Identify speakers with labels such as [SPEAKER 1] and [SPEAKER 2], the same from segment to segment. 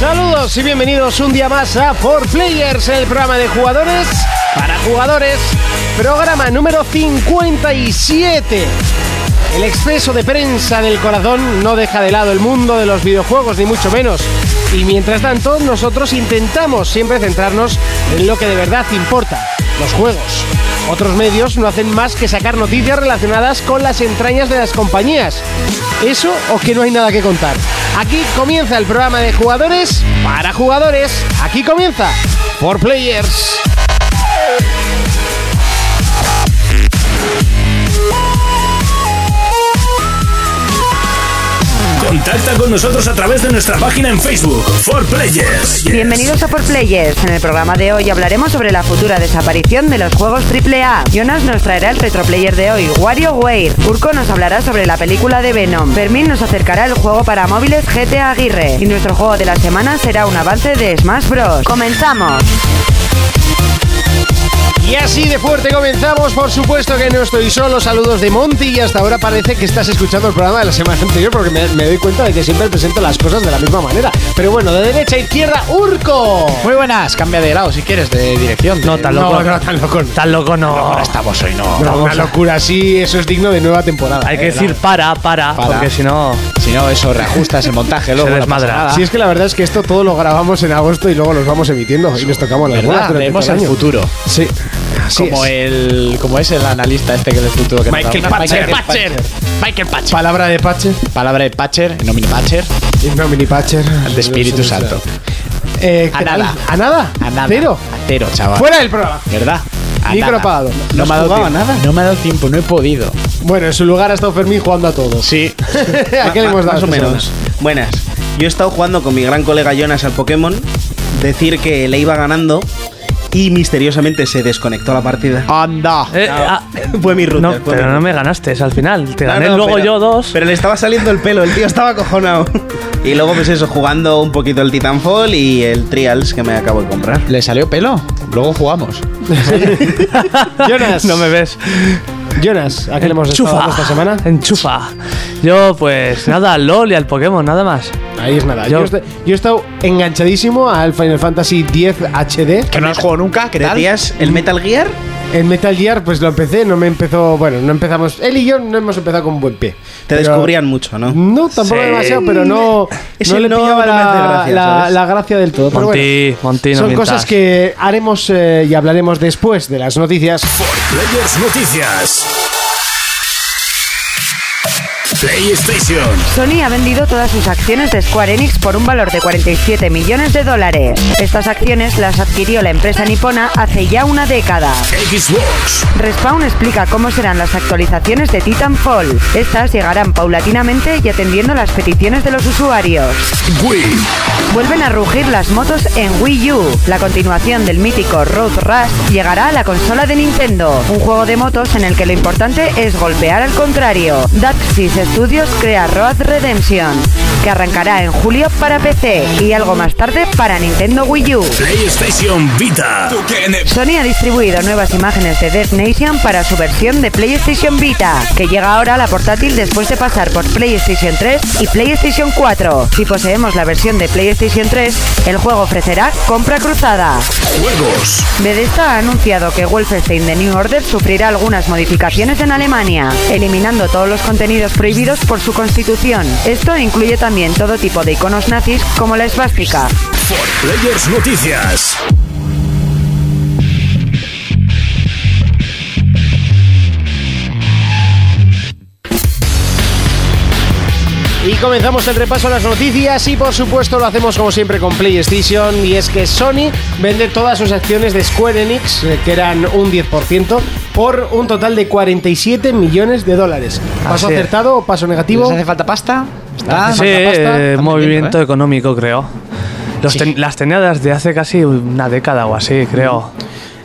[SPEAKER 1] Bienvenidos y bienvenidos un día más a For Players, el programa de jugadores para jugadores, programa número 57. El exceso de prensa del corazón no deja de lado el mundo de los videojuegos, ni mucho menos. Y mientras tanto, nosotros intentamos siempre centrarnos en lo que de verdad importa, los juegos. Otros medios no hacen más que sacar noticias relacionadas con las entrañas de las compañías. ¿Eso o que no hay nada que contar? Aquí comienza el programa de jugadores para jugadores. Aquí comienza For Players.
[SPEAKER 2] Contacta con nosotros a través de nuestra página en Facebook, For Players.
[SPEAKER 3] Bienvenidos a Por Players. En el programa de hoy hablaremos sobre la futura desaparición de los juegos AAA. Jonas nos traerá el retroplayer de hoy, WarioWare. Urko nos hablará sobre la película de Venom. Fermín nos acercará el juego para móviles GTA Aguirre. Y nuestro juego de la semana será un avance de Smash Bros. ¡Comenzamos!
[SPEAKER 1] Y así de fuerte comenzamos, por supuesto que no estoy solo, saludos de Monty y hasta ahora parece que estás escuchando el programa de la semana anterior porque me, me doy cuenta de que siempre presento las cosas de la misma manera. Pero bueno, de derecha a izquierda, Urco.
[SPEAKER 4] Muy buenas, cambia de lado si quieres, de dirección.
[SPEAKER 1] No, tan loco.
[SPEAKER 4] No, no, tan loco. no.
[SPEAKER 5] Tan loco no.
[SPEAKER 4] Ahora estamos hoy, no.
[SPEAKER 1] No, una
[SPEAKER 4] Vamos a-
[SPEAKER 1] locura así, eso es digno de nueva temporada.
[SPEAKER 5] Hay
[SPEAKER 1] eh,
[SPEAKER 5] que decir para, para,
[SPEAKER 4] Para.
[SPEAKER 5] porque si no
[SPEAKER 4] Si no, eso reajustas el montaje, luego.
[SPEAKER 5] se
[SPEAKER 4] no pasa
[SPEAKER 5] desmadra.
[SPEAKER 4] nada.
[SPEAKER 1] Si es que la verdad es que esto todo lo grabamos en agosto y luego los vamos emitiendo y nos tocamos las bolas
[SPEAKER 4] ¿Verdad?
[SPEAKER 1] durante
[SPEAKER 4] Vemos
[SPEAKER 1] todo
[SPEAKER 4] el
[SPEAKER 1] año.
[SPEAKER 4] futuro.
[SPEAKER 1] Sí. Así
[SPEAKER 4] como
[SPEAKER 1] es.
[SPEAKER 4] el como es el analista este que del futuro que nos
[SPEAKER 5] Michael
[SPEAKER 4] habla.
[SPEAKER 5] Patcher.
[SPEAKER 4] Michael Patcher.
[SPEAKER 5] Michael Patch.
[SPEAKER 1] Palabra de Patcher.
[SPEAKER 4] Palabra de Patcher, nomine Patcher,
[SPEAKER 1] Y No, mini Patcher.
[SPEAKER 4] de Espíritu Santo.
[SPEAKER 1] Eh,
[SPEAKER 4] A
[SPEAKER 1] ¿qué tal?
[SPEAKER 4] nada.
[SPEAKER 1] ¿A nada?
[SPEAKER 4] A nada.
[SPEAKER 1] ¿Cero?
[SPEAKER 4] A cero, chaval.
[SPEAKER 1] Fuera del programa.
[SPEAKER 4] ¿Verdad? A
[SPEAKER 1] Micro
[SPEAKER 4] nada.
[SPEAKER 1] apagado.
[SPEAKER 4] No, me ha dado tiempo. No me ha dado tiempo, no he podido.
[SPEAKER 1] Bueno, en su lugar ha estado Fermín jugando a todos.
[SPEAKER 4] Sí.
[SPEAKER 1] ¿A qué le hemos dado?
[SPEAKER 6] Más
[SPEAKER 1] esta
[SPEAKER 6] o menos.
[SPEAKER 1] semana?
[SPEAKER 6] Buenas. Yo he estado jugando con mi gran colega Jonas al Pokémon, decir que le iba ganando y misteriosamente se desconectó la partida.
[SPEAKER 4] Anda.
[SPEAKER 5] Eh, ah,
[SPEAKER 6] Fue mi router.
[SPEAKER 5] no,
[SPEAKER 6] fue mi
[SPEAKER 5] pero no
[SPEAKER 6] router.
[SPEAKER 5] me ganaste es al final. Te
[SPEAKER 6] No,
[SPEAKER 5] gané
[SPEAKER 6] no,
[SPEAKER 5] luego
[SPEAKER 6] pero-
[SPEAKER 5] yo dos.
[SPEAKER 6] Pero le estaba saliendo el pelo, el tío estaba acojonado. Y luego, pues eso, jugando un poquito el Titanfall y el Trials que me acabo de comprar.
[SPEAKER 4] ¿Le salió pelo? Luego jugamos.
[SPEAKER 1] Jonas.
[SPEAKER 5] no me ves.
[SPEAKER 1] Jonas, ¿a qué le hemos estado
[SPEAKER 5] Enchufa.
[SPEAKER 1] dando esta semana?
[SPEAKER 5] Enchufa. Yo, pues nada, al LOL y al Pokémon, nada más.
[SPEAKER 1] Ahí es nada. Yo,
[SPEAKER 5] Yo-
[SPEAKER 1] he esta- yo he estado enganchadísimo al Final Fantasy X HD.
[SPEAKER 4] Que no has jugado nunca, ¿qué tal? Mm.
[SPEAKER 6] ¿Creatías el Metal Gear?
[SPEAKER 1] El Metal Gear, pues lo empecé, no me empezó. Bueno, no empezamos. Él y yo no hemos empezado con buen pie.
[SPEAKER 6] Te
[SPEAKER 1] Pero-
[SPEAKER 6] descubrían mucho, ¿no?
[SPEAKER 4] Mm.
[SPEAKER 1] No, tampoco
[SPEAKER 5] Sí.
[SPEAKER 1] demasiado, pero no,
[SPEAKER 6] Ese
[SPEAKER 1] no le
[SPEAKER 6] no
[SPEAKER 1] pillaba
[SPEAKER 6] era
[SPEAKER 1] la,
[SPEAKER 6] más de gracia,
[SPEAKER 1] la-
[SPEAKER 6] ¿sabes?
[SPEAKER 1] la gracia del todo. Pero
[SPEAKER 5] Monty,
[SPEAKER 1] bueno,
[SPEAKER 5] Monty, no
[SPEAKER 1] son
[SPEAKER 5] mientas.
[SPEAKER 1] cosas que haremos eh, y hablaremos después de las noticias.
[SPEAKER 2] Players Noticias. PlayStation.
[SPEAKER 3] Sony ha vendido todas sus acciones de Square Enix por un valor de 47 millones de dólares. Estas acciones las adquirió la empresa nipona hace ya una década.
[SPEAKER 2] Xbox.
[SPEAKER 3] Respawn explica cómo serán las actualizaciones de Titanfall. Estas llegarán paulatinamente y atendiendo las peticiones de los usuarios.
[SPEAKER 2] Wii.
[SPEAKER 3] Vuelven a rugir las motos en Wii U. La continuación del mítico Road Rush llegará a la consola de Nintendo, un juego de motos en el que lo importante es golpear al contrario. Daxis Studios crea Road Redemption, que arrancará en julio para PC y algo más tarde para Nintendo Wii U.
[SPEAKER 2] PlayStation Vita.
[SPEAKER 3] Sony ha distribuido nuevas imágenes de Death Nation para su versión de PlayStation Vita, que llega ahora a la portátil después de pasar por PlayStation 3 y PlayStation 4. Si poseemos la versión de PlayStation 3, el juego ofrecerá compra cruzada.
[SPEAKER 2] Juegos.
[SPEAKER 3] Bethesda ha anunciado que Wolfenstein The New Order sufrirá algunas modificaciones en Alemania, eliminando todos los contenidos prohibidos por su constitución. Esto incluye también todo tipo de iconos nazis como la esvástica.
[SPEAKER 2] Players Noticias.
[SPEAKER 1] Y comenzamos el repaso a las noticias y por supuesto lo hacemos como siempre con PlayStation y es que Sony vende todas sus acciones de Square Enix, eh, que eran un 10%, por un total de 47 millones de dólares. ¿Paso
[SPEAKER 5] Así es.
[SPEAKER 1] acertado o paso negativo?
[SPEAKER 4] ¿Les hace falta pasta? ¿Está?
[SPEAKER 5] sí,
[SPEAKER 4] ¿Falta Ah, pasta?
[SPEAKER 5] eh,
[SPEAKER 4] Están
[SPEAKER 5] movimiento
[SPEAKER 4] vendiendo, ¿eh?
[SPEAKER 5] económico, creo. Los ten- las tenía desde hace casi una década o así, creo.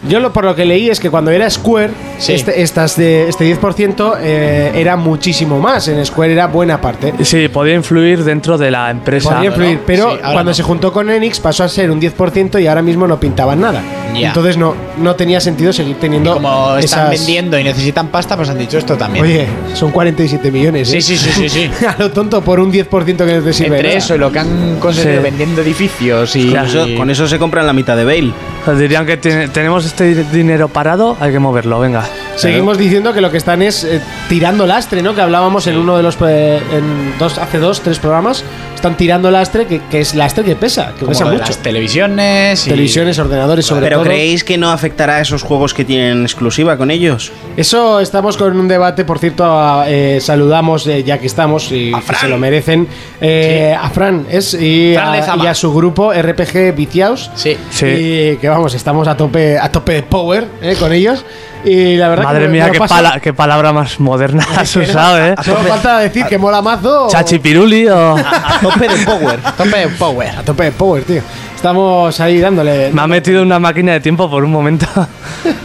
[SPEAKER 1] Yo lo, por lo que leí es que cuando era Square,
[SPEAKER 4] Sí.
[SPEAKER 1] este, estas de, este 10% eh, era muchísimo más. En Square era buena parte.
[SPEAKER 5] Sí, podía influir dentro de la empresa.
[SPEAKER 1] Podría influir,
[SPEAKER 4] ¿no?
[SPEAKER 1] pero
[SPEAKER 4] Sí, ahora
[SPEAKER 1] cuando
[SPEAKER 4] no.
[SPEAKER 1] se juntó con Enix pasó a ser un 10% y ahora mismo no pintaban nada.
[SPEAKER 4] Ya.
[SPEAKER 1] Entonces no, no tenía sentido seguir teniendo
[SPEAKER 4] Como
[SPEAKER 1] esas-
[SPEAKER 4] están vendiendo y necesitan pasta, pues han dicho esto también.
[SPEAKER 1] Oye, son 47 millones. ¿eh?
[SPEAKER 4] sí, sí, sí, sí, sí.
[SPEAKER 1] A lo tonto por un 10% que les ¿eh? sirve.
[SPEAKER 4] Entre
[SPEAKER 1] nada.
[SPEAKER 4] eso y lo que han conseguido
[SPEAKER 5] Sí.
[SPEAKER 4] vendiendo edificios y.
[SPEAKER 6] Con eso, con eso se compran la mitad de Bale.
[SPEAKER 5] O sea, Dirían que tiene- tenemos este di- dinero parado, hay que moverlo, venga.
[SPEAKER 1] Seguimos diciendo que lo que están es eh, tirando lastre, ¿no? Que hablábamos en uno de los eh, en dos hace dos tres programas están tirando lastre que, que es lastre que pesa, que
[SPEAKER 4] como
[SPEAKER 1] pesa
[SPEAKER 4] lo de
[SPEAKER 1] mucho.
[SPEAKER 4] las televisiones y.
[SPEAKER 1] Televisiones, ordenadores, sobre
[SPEAKER 6] ¿Pero
[SPEAKER 1] todo.
[SPEAKER 6] creéis que no afectará a esos juegos que tienen exclusiva con ellos?
[SPEAKER 1] Eso estamos con un debate, por cierto, a- eh, saludamos eh, ya que estamos y que se lo merecen eh, a Fran es y,
[SPEAKER 4] Fran
[SPEAKER 1] a,
[SPEAKER 4] Lezama.
[SPEAKER 1] y a su grupo RPG Viciaos.
[SPEAKER 4] Sí.
[SPEAKER 5] Sí.
[SPEAKER 1] Y que vamos, estamos a tope a tope de power eh, con ellos y la verdad que
[SPEAKER 5] Madre
[SPEAKER 1] me-
[SPEAKER 5] mía,
[SPEAKER 1] me
[SPEAKER 5] qué,
[SPEAKER 1] pasa-
[SPEAKER 5] pala- qué palabra más moderna has usado, ¿eh?
[SPEAKER 1] Solo falta decir que mola mazo. o-
[SPEAKER 5] Chachi piruli o...
[SPEAKER 6] A tope de Power.
[SPEAKER 4] Tope de Power.
[SPEAKER 1] A tope de power, tío. Estamos ahí dándole.
[SPEAKER 5] Me ha metido una máquina de tiempo por un momento.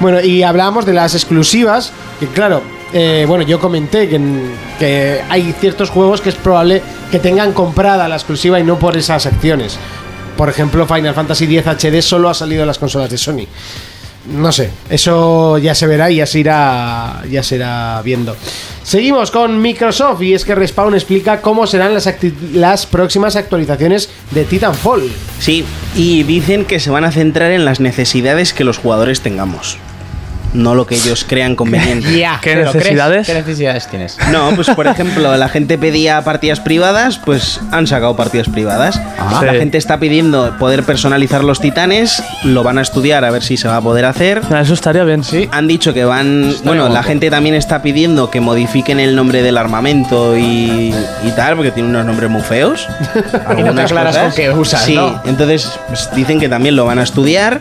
[SPEAKER 1] Bueno, y hablábamos de las exclusivas, que claro, eh, bueno, yo comenté que, en- que hay ciertos juegos que es probable que tengan comprada la exclusiva y no por esas acciones. Por ejemplo, Final Fantasy X HD solo ha salido en las consolas de Sony. No sé, eso ya se verá y ya se irá, ya se irá viendo. Seguimos con Microsoft y es que Respawn explica cómo serán las, acti- las próximas actualizaciones de Titanfall.
[SPEAKER 6] Sí, y dicen que se van a centrar en las necesidades que los jugadores tengamos. No lo que ellos crean conveniente.
[SPEAKER 5] ¿Qué
[SPEAKER 4] ¿Te lo crees?
[SPEAKER 5] necesidades?
[SPEAKER 4] ¿Qué necesidades tienes?
[SPEAKER 6] No, pues por ejemplo, la gente pedía partidas privadas, pues han sacado partidas privadas.
[SPEAKER 5] Ah.
[SPEAKER 6] la
[SPEAKER 5] Sí.
[SPEAKER 6] gente está pidiendo poder personalizar los titanes, lo van a estudiar a ver si se va a poder hacer.
[SPEAKER 5] Nah, Eso estaría bien. Sí.
[SPEAKER 6] Han dicho que van... bueno, la gente también está pidiendo que modifiquen el nombre del armamento y, y tal, porque tiene unos nombres muy feos.
[SPEAKER 4] Y no te aclaras con qué usas,
[SPEAKER 6] Sí,
[SPEAKER 4] ¿no?
[SPEAKER 6] entonces pues, dicen que también lo van a estudiar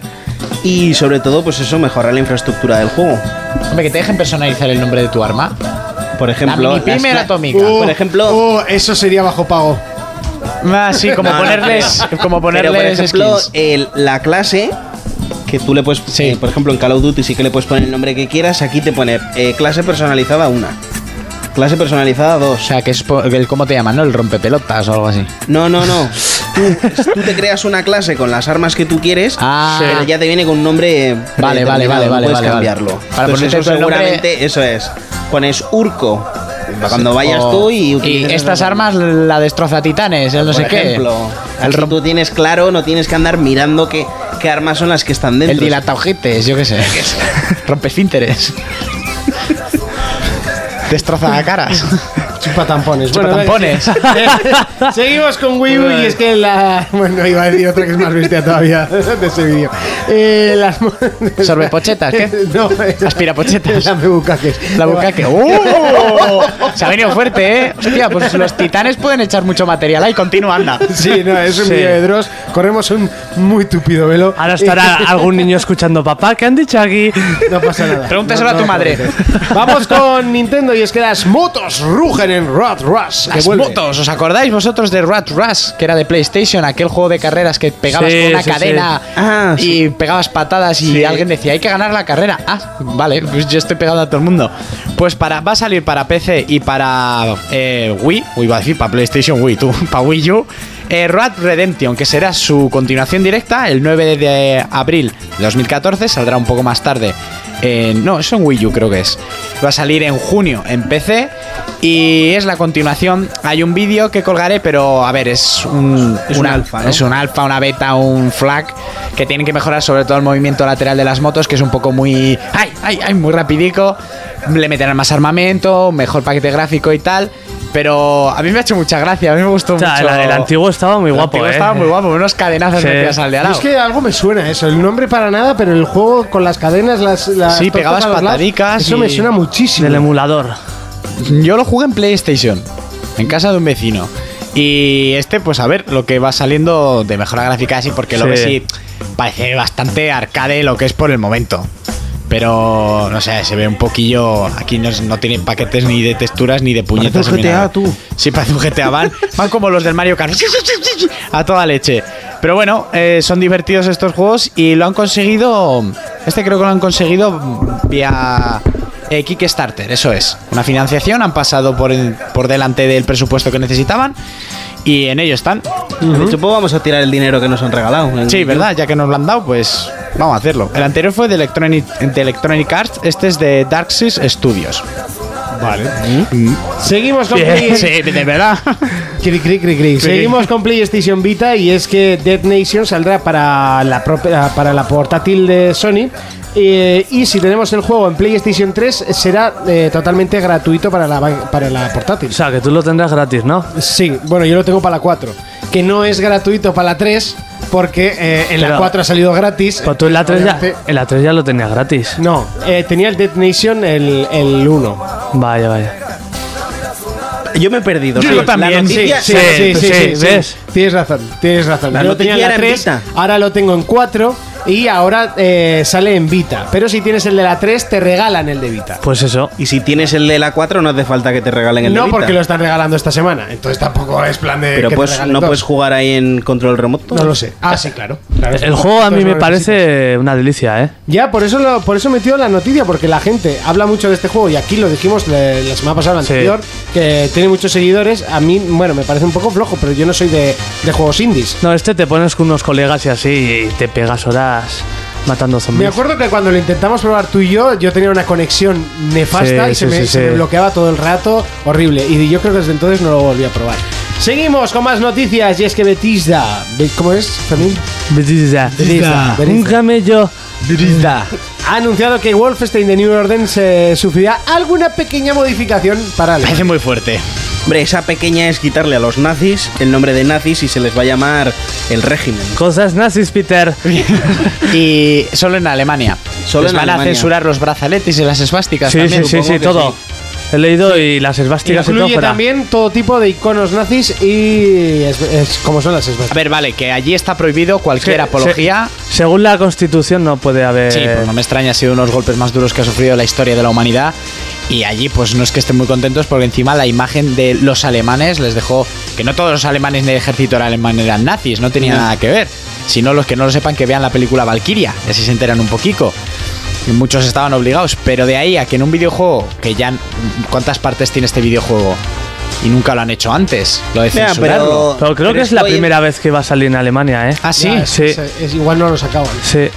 [SPEAKER 6] y sobre todo, pues eso, mejorar la infraestructura del juego.
[SPEAKER 4] Hombre, que te dejen personalizar el nombre de tu arma.
[SPEAKER 6] Por ejemplo...
[SPEAKER 4] la minipyme
[SPEAKER 6] las-
[SPEAKER 4] era atómica. Uh,
[SPEAKER 6] por ejemplo...
[SPEAKER 1] Oh, eso sería bajo pago.
[SPEAKER 4] Ah, sí, como
[SPEAKER 6] No, no
[SPEAKER 4] ponerles, como ponerles
[SPEAKER 6] Pero, por ejemplo,
[SPEAKER 4] skins.
[SPEAKER 6] el- la clase que tú le puedes,
[SPEAKER 4] Sí.
[SPEAKER 6] eh, por ejemplo, en Call of Duty sí que le puedes poner el nombre que quieras. Aquí te pone eh, clase personalizada 1, clase personalizada
[SPEAKER 4] O
[SPEAKER 6] 2.
[SPEAKER 4] sea, que es po- el cómo te llaman, ¿no? El rompepelotas o algo así.
[SPEAKER 6] No, no, no. Tú, tú te creas una clase con las armas que tú quieres,
[SPEAKER 4] Ah.
[SPEAKER 6] pero ya te viene con un nombre.
[SPEAKER 4] Vale, vale, vale,
[SPEAKER 6] predeterminado, no
[SPEAKER 4] vale,
[SPEAKER 6] Puedes
[SPEAKER 4] vale, vale.
[SPEAKER 6] cambiarlo.
[SPEAKER 4] Para
[SPEAKER 6] Entonces,
[SPEAKER 4] ponerte
[SPEAKER 6] eso
[SPEAKER 4] el nombre-
[SPEAKER 6] seguramente, eso es. Pones Urco cuando vayas
[SPEAKER 4] O-
[SPEAKER 6] tú y. utilizas
[SPEAKER 4] estas
[SPEAKER 6] ese nombre.
[SPEAKER 4] armas la destroza titanes, el no
[SPEAKER 6] Por
[SPEAKER 4] sé qué.
[SPEAKER 6] ejemplo,
[SPEAKER 4] El,
[SPEAKER 6] si
[SPEAKER 4] rom-
[SPEAKER 6] tú tienes claro, no tienes que andar mirando qué, qué armas son las que están dentro.
[SPEAKER 4] el dilataojites, yo qué sé. Rompesfínteres. destroza caras.
[SPEAKER 1] Chupa tampones.
[SPEAKER 4] Chupa tampones.
[SPEAKER 1] Seguimos con Wii U y es que la. Bueno, iba a decir otra que es más bestia todavía de ese vídeo. Eh, las. mo-
[SPEAKER 4] Sorbepochetas, ¿qué?
[SPEAKER 1] No, eh, es-
[SPEAKER 4] Aspirapochetas.
[SPEAKER 1] Las bebucaques.
[SPEAKER 4] La boca que. ¡Oh! Se ha venido fuerte, ¿eh? Hostia, pues los titanes pueden echar mucho material ahí. Continúa, anda.
[SPEAKER 1] Sí, no, es un
[SPEAKER 5] Sí.
[SPEAKER 1] vídeo de Dross. Corremos un muy tupido velo.
[SPEAKER 5] Ahora estará algún niño escuchando, papá, ¿qué han dicho aquí?
[SPEAKER 1] No pasa nada.
[SPEAKER 4] Pregúntaselo
[SPEAKER 1] No,
[SPEAKER 4] a
[SPEAKER 1] no,
[SPEAKER 4] tu madre.
[SPEAKER 1] no. Vamos con Nintendo y es que las motos rugen en Rod Rush. que
[SPEAKER 4] Las
[SPEAKER 1] vuelve.
[SPEAKER 4] motos, ¿os acordáis vosotros de Rat Rush? Que era de PlayStation, aquel juego de carreras que pegabas
[SPEAKER 5] Sí,
[SPEAKER 4] con una
[SPEAKER 5] sí,
[SPEAKER 4] cadena
[SPEAKER 6] sí. Ah,
[SPEAKER 4] y
[SPEAKER 6] sí.
[SPEAKER 4] pegabas patadas y
[SPEAKER 6] Sí.
[SPEAKER 4] alguien decía, hay que ganar la carrera. Ah, vale, pues yo estoy pegado a todo el mundo. Pues para, va a salir para PC y para eh, Wii, o iba a decir para PlayStation Wii, tú, para Wii U. eh, Rat Redemption, que será su continuación directa, el 9 de abril de 2014, saldrá un poco más tarde. en- no, eso en Wii U creo que es. Va a salir en junio en PC y es la continuación. Hay un vídeo que colgaré, pero a ver, es un,
[SPEAKER 6] Es un alfa, ¿no?
[SPEAKER 4] es un alfa, una beta, un flag que tienen que mejorar sobre todo el movimiento lateral de las motos, que es un poco muy, ay, ay, ay, muy rapidico. Le meterán más armamento, mejor paquete gráfico y tal. Pero a mí me ha hecho mucha gracia, a mí me gustó
[SPEAKER 5] O sea,
[SPEAKER 4] mucho.
[SPEAKER 5] el, el antiguo estaba muy
[SPEAKER 4] El
[SPEAKER 5] guapo,
[SPEAKER 4] antiguo
[SPEAKER 5] ¿eh?
[SPEAKER 4] Estaba muy guapo, unos cadenazos
[SPEAKER 5] Sí.
[SPEAKER 4] metidas al de al
[SPEAKER 1] Yo
[SPEAKER 4] lado.
[SPEAKER 1] Es que algo me suena eso, el nombre para nada, pero el juego con las cadenas, las. las
[SPEAKER 4] Sí,
[SPEAKER 1] tortas
[SPEAKER 4] pegabas
[SPEAKER 1] a los lados,
[SPEAKER 4] patadicas
[SPEAKER 1] Eso
[SPEAKER 4] y-
[SPEAKER 1] me suena muchísimo.
[SPEAKER 5] Del emulador.
[SPEAKER 4] Yo lo jugué en PlayStation, en casa de un vecino. Y este, pues a ver, lo que va saliendo de mejora gráfica así, porque lo
[SPEAKER 5] Sí.
[SPEAKER 4] que sí parece bastante arcade lo que es por el momento. Pero, no sé, se ve un poquillo... Aquí no, es- no tienen paquetes ni de texturas ni de puñetas.
[SPEAKER 1] Ah,
[SPEAKER 6] Parece un
[SPEAKER 4] ni nada.
[SPEAKER 6] GTA, tú.
[SPEAKER 4] Sí, parece un GTA. Van, van como los del Mario Kart. A toda leche. Pero bueno, eh, son divertidos estos juegos y lo han conseguido. Este creo que lo han conseguido vía eh, Kickstarter, eso es. Una financiación, han pasado por, el- por delante del presupuesto que necesitaban y en ello están.
[SPEAKER 6] Supongo pues vamos a tirar el dinero que nos han regalado. en
[SPEAKER 4] Sí,
[SPEAKER 6] YouTube.
[SPEAKER 4] ¿verdad? Ya que nos lo han dado, pues vamos a hacerlo. El anterior fue de Electronic, de Electronic Arts, este es de Darksys Studios.
[SPEAKER 1] Seguimos con
[SPEAKER 5] Bien,
[SPEAKER 1] Play-
[SPEAKER 4] Sí, de verdad.
[SPEAKER 1] Cri, cri, cri, cri. Seguimos con PlayStation Vita y es que Dead Nation saldrá para la, propia- para la portátil de Sony. eh, y si tenemos el juego en PlayStation 3, será eh, totalmente gratuito para la, ba- para la portátil.
[SPEAKER 5] O sea, que tú lo tendrás gratis, ¿no?
[SPEAKER 1] Sí, bueno, yo lo tengo para la 4. Que no es gratuito para la 3, porque eh, en la
[SPEAKER 5] Pero-
[SPEAKER 1] 4 ha salido gratis.
[SPEAKER 5] Pues tú en la 3 ya,
[SPEAKER 1] Obviamente-
[SPEAKER 5] en la 3 ya lo tenías gratis.
[SPEAKER 1] No, eh, tenía el Dead Nation el, el 1.
[SPEAKER 5] Vaya, vaya.
[SPEAKER 6] Yo me he perdido.
[SPEAKER 4] Yo
[SPEAKER 6] tío.
[SPEAKER 4] también,
[SPEAKER 6] La noticia-
[SPEAKER 5] sí. sí, ¿ves?
[SPEAKER 1] Tienes razón, tienes razón.
[SPEAKER 6] La
[SPEAKER 1] Yo lo tenía en
[SPEAKER 6] noticia
[SPEAKER 1] la
[SPEAKER 6] era en
[SPEAKER 1] 3,
[SPEAKER 6] Vita.
[SPEAKER 1] ahora lo tengo en 4 y ahora eh, sale en Vita. Pero si tienes el de la 3, te regalan el de Vita.
[SPEAKER 5] Pues eso.
[SPEAKER 6] Y si tienes el de la 4 no hace falta que te regalen el de
[SPEAKER 1] No
[SPEAKER 6] Vita.
[SPEAKER 1] porque lo están regalando esta semana, entonces tampoco es plan de.
[SPEAKER 6] Pero
[SPEAKER 1] Eh, que te
[SPEAKER 6] pues
[SPEAKER 1] regalen
[SPEAKER 6] no
[SPEAKER 1] dos.
[SPEAKER 6] puedes jugar ahí en control remoto.
[SPEAKER 1] No lo sé. Ah, sí, claro. claro.
[SPEAKER 5] El juego a
[SPEAKER 1] Entonces pues no
[SPEAKER 5] mí me
[SPEAKER 1] lo necesitas.
[SPEAKER 5] parece una delicia, ¿eh?
[SPEAKER 1] Ya, por eso, lo, por eso metió la noticia, porque la gente habla mucho de este juego y aquí lo dijimos le- la semana pasada, la
[SPEAKER 5] Sí.
[SPEAKER 1] anterior, que tiene muchos seguidores. A mí, bueno, me parece un poco flojo, pero yo no soy de, de juegos indies.
[SPEAKER 5] No, este te pones con unos colegas y así y te pegas horas matando
[SPEAKER 1] Me
[SPEAKER 5] zombies.
[SPEAKER 1] acuerdo que cuando lo intentamos probar tú y yo, yo tenía una conexión nefasta
[SPEAKER 5] Sí,
[SPEAKER 1] y se,
[SPEAKER 5] sí,
[SPEAKER 1] me,
[SPEAKER 5] sí,
[SPEAKER 1] se
[SPEAKER 5] sí.
[SPEAKER 1] me bloqueaba todo el rato, horrible. Y yo creo que desde entonces no lo volví a probar. Seguimos con más noticias y es que Betisda, Be- ¿cómo es? Fermín?
[SPEAKER 5] Brisa,
[SPEAKER 1] Brisa,
[SPEAKER 5] Un
[SPEAKER 1] brisa.
[SPEAKER 5] camello.
[SPEAKER 1] Ha anunciado que Wolfenstein de New Order se sufrirá alguna pequeña modificación para
[SPEAKER 4] Parece muy fuerte.
[SPEAKER 6] Hombre, esa pequeña es quitarle a los nazis el nombre de nazis y se les va a llamar el régimen.
[SPEAKER 5] Cosas nazis, Peter.
[SPEAKER 4] Y solo en Alemania.
[SPEAKER 6] Solo
[SPEAKER 4] Les
[SPEAKER 6] en
[SPEAKER 4] van a
[SPEAKER 6] Alemania.
[SPEAKER 4] censurar los brazaletes y las esvásticas
[SPEAKER 5] Sí, sí,
[SPEAKER 4] también,
[SPEAKER 5] sí,
[SPEAKER 4] supongo
[SPEAKER 5] sí,
[SPEAKER 4] que
[SPEAKER 5] todo. He leído y las esvásticas y todo
[SPEAKER 1] Incluye
[SPEAKER 5] fuera.
[SPEAKER 1] también todo tipo de iconos nazis y es, es como son las
[SPEAKER 4] A
[SPEAKER 1] esvásticas.
[SPEAKER 4] ver, vale, que allí está prohibido
[SPEAKER 5] Es que,
[SPEAKER 4] cualquier apología.
[SPEAKER 5] se- según la constitución no puede haber...
[SPEAKER 4] Sí, pues no me extraña, ha sido uno de los golpes más duros que ha sufrido la historia de la humanidad. Y allí, pues no es que estén muy contentos, porque encima la imagen de los alemanes les dejó que no todos los alemanes del ejército alemán eran nazis, no tenía nada que ver. Sino los que no lo sepan que vean la película Valkyria, y así se enteran un poquitico. Y Muchos estaban obligados, pero de ahí a que en un videojuego, que ya. ¿Cuántas partes tiene este videojuego? Y nunca lo han hecho antes, lo de
[SPEAKER 6] Mira,
[SPEAKER 4] censurarlo.
[SPEAKER 5] Pero creo que es la
[SPEAKER 6] estoy-
[SPEAKER 5] primera vez que va a salir en Alemania, ¿eh?
[SPEAKER 4] Ah, sí.
[SPEAKER 1] Ya, es-
[SPEAKER 5] sí.
[SPEAKER 1] es- es- igual no los acaban.
[SPEAKER 5] Sí.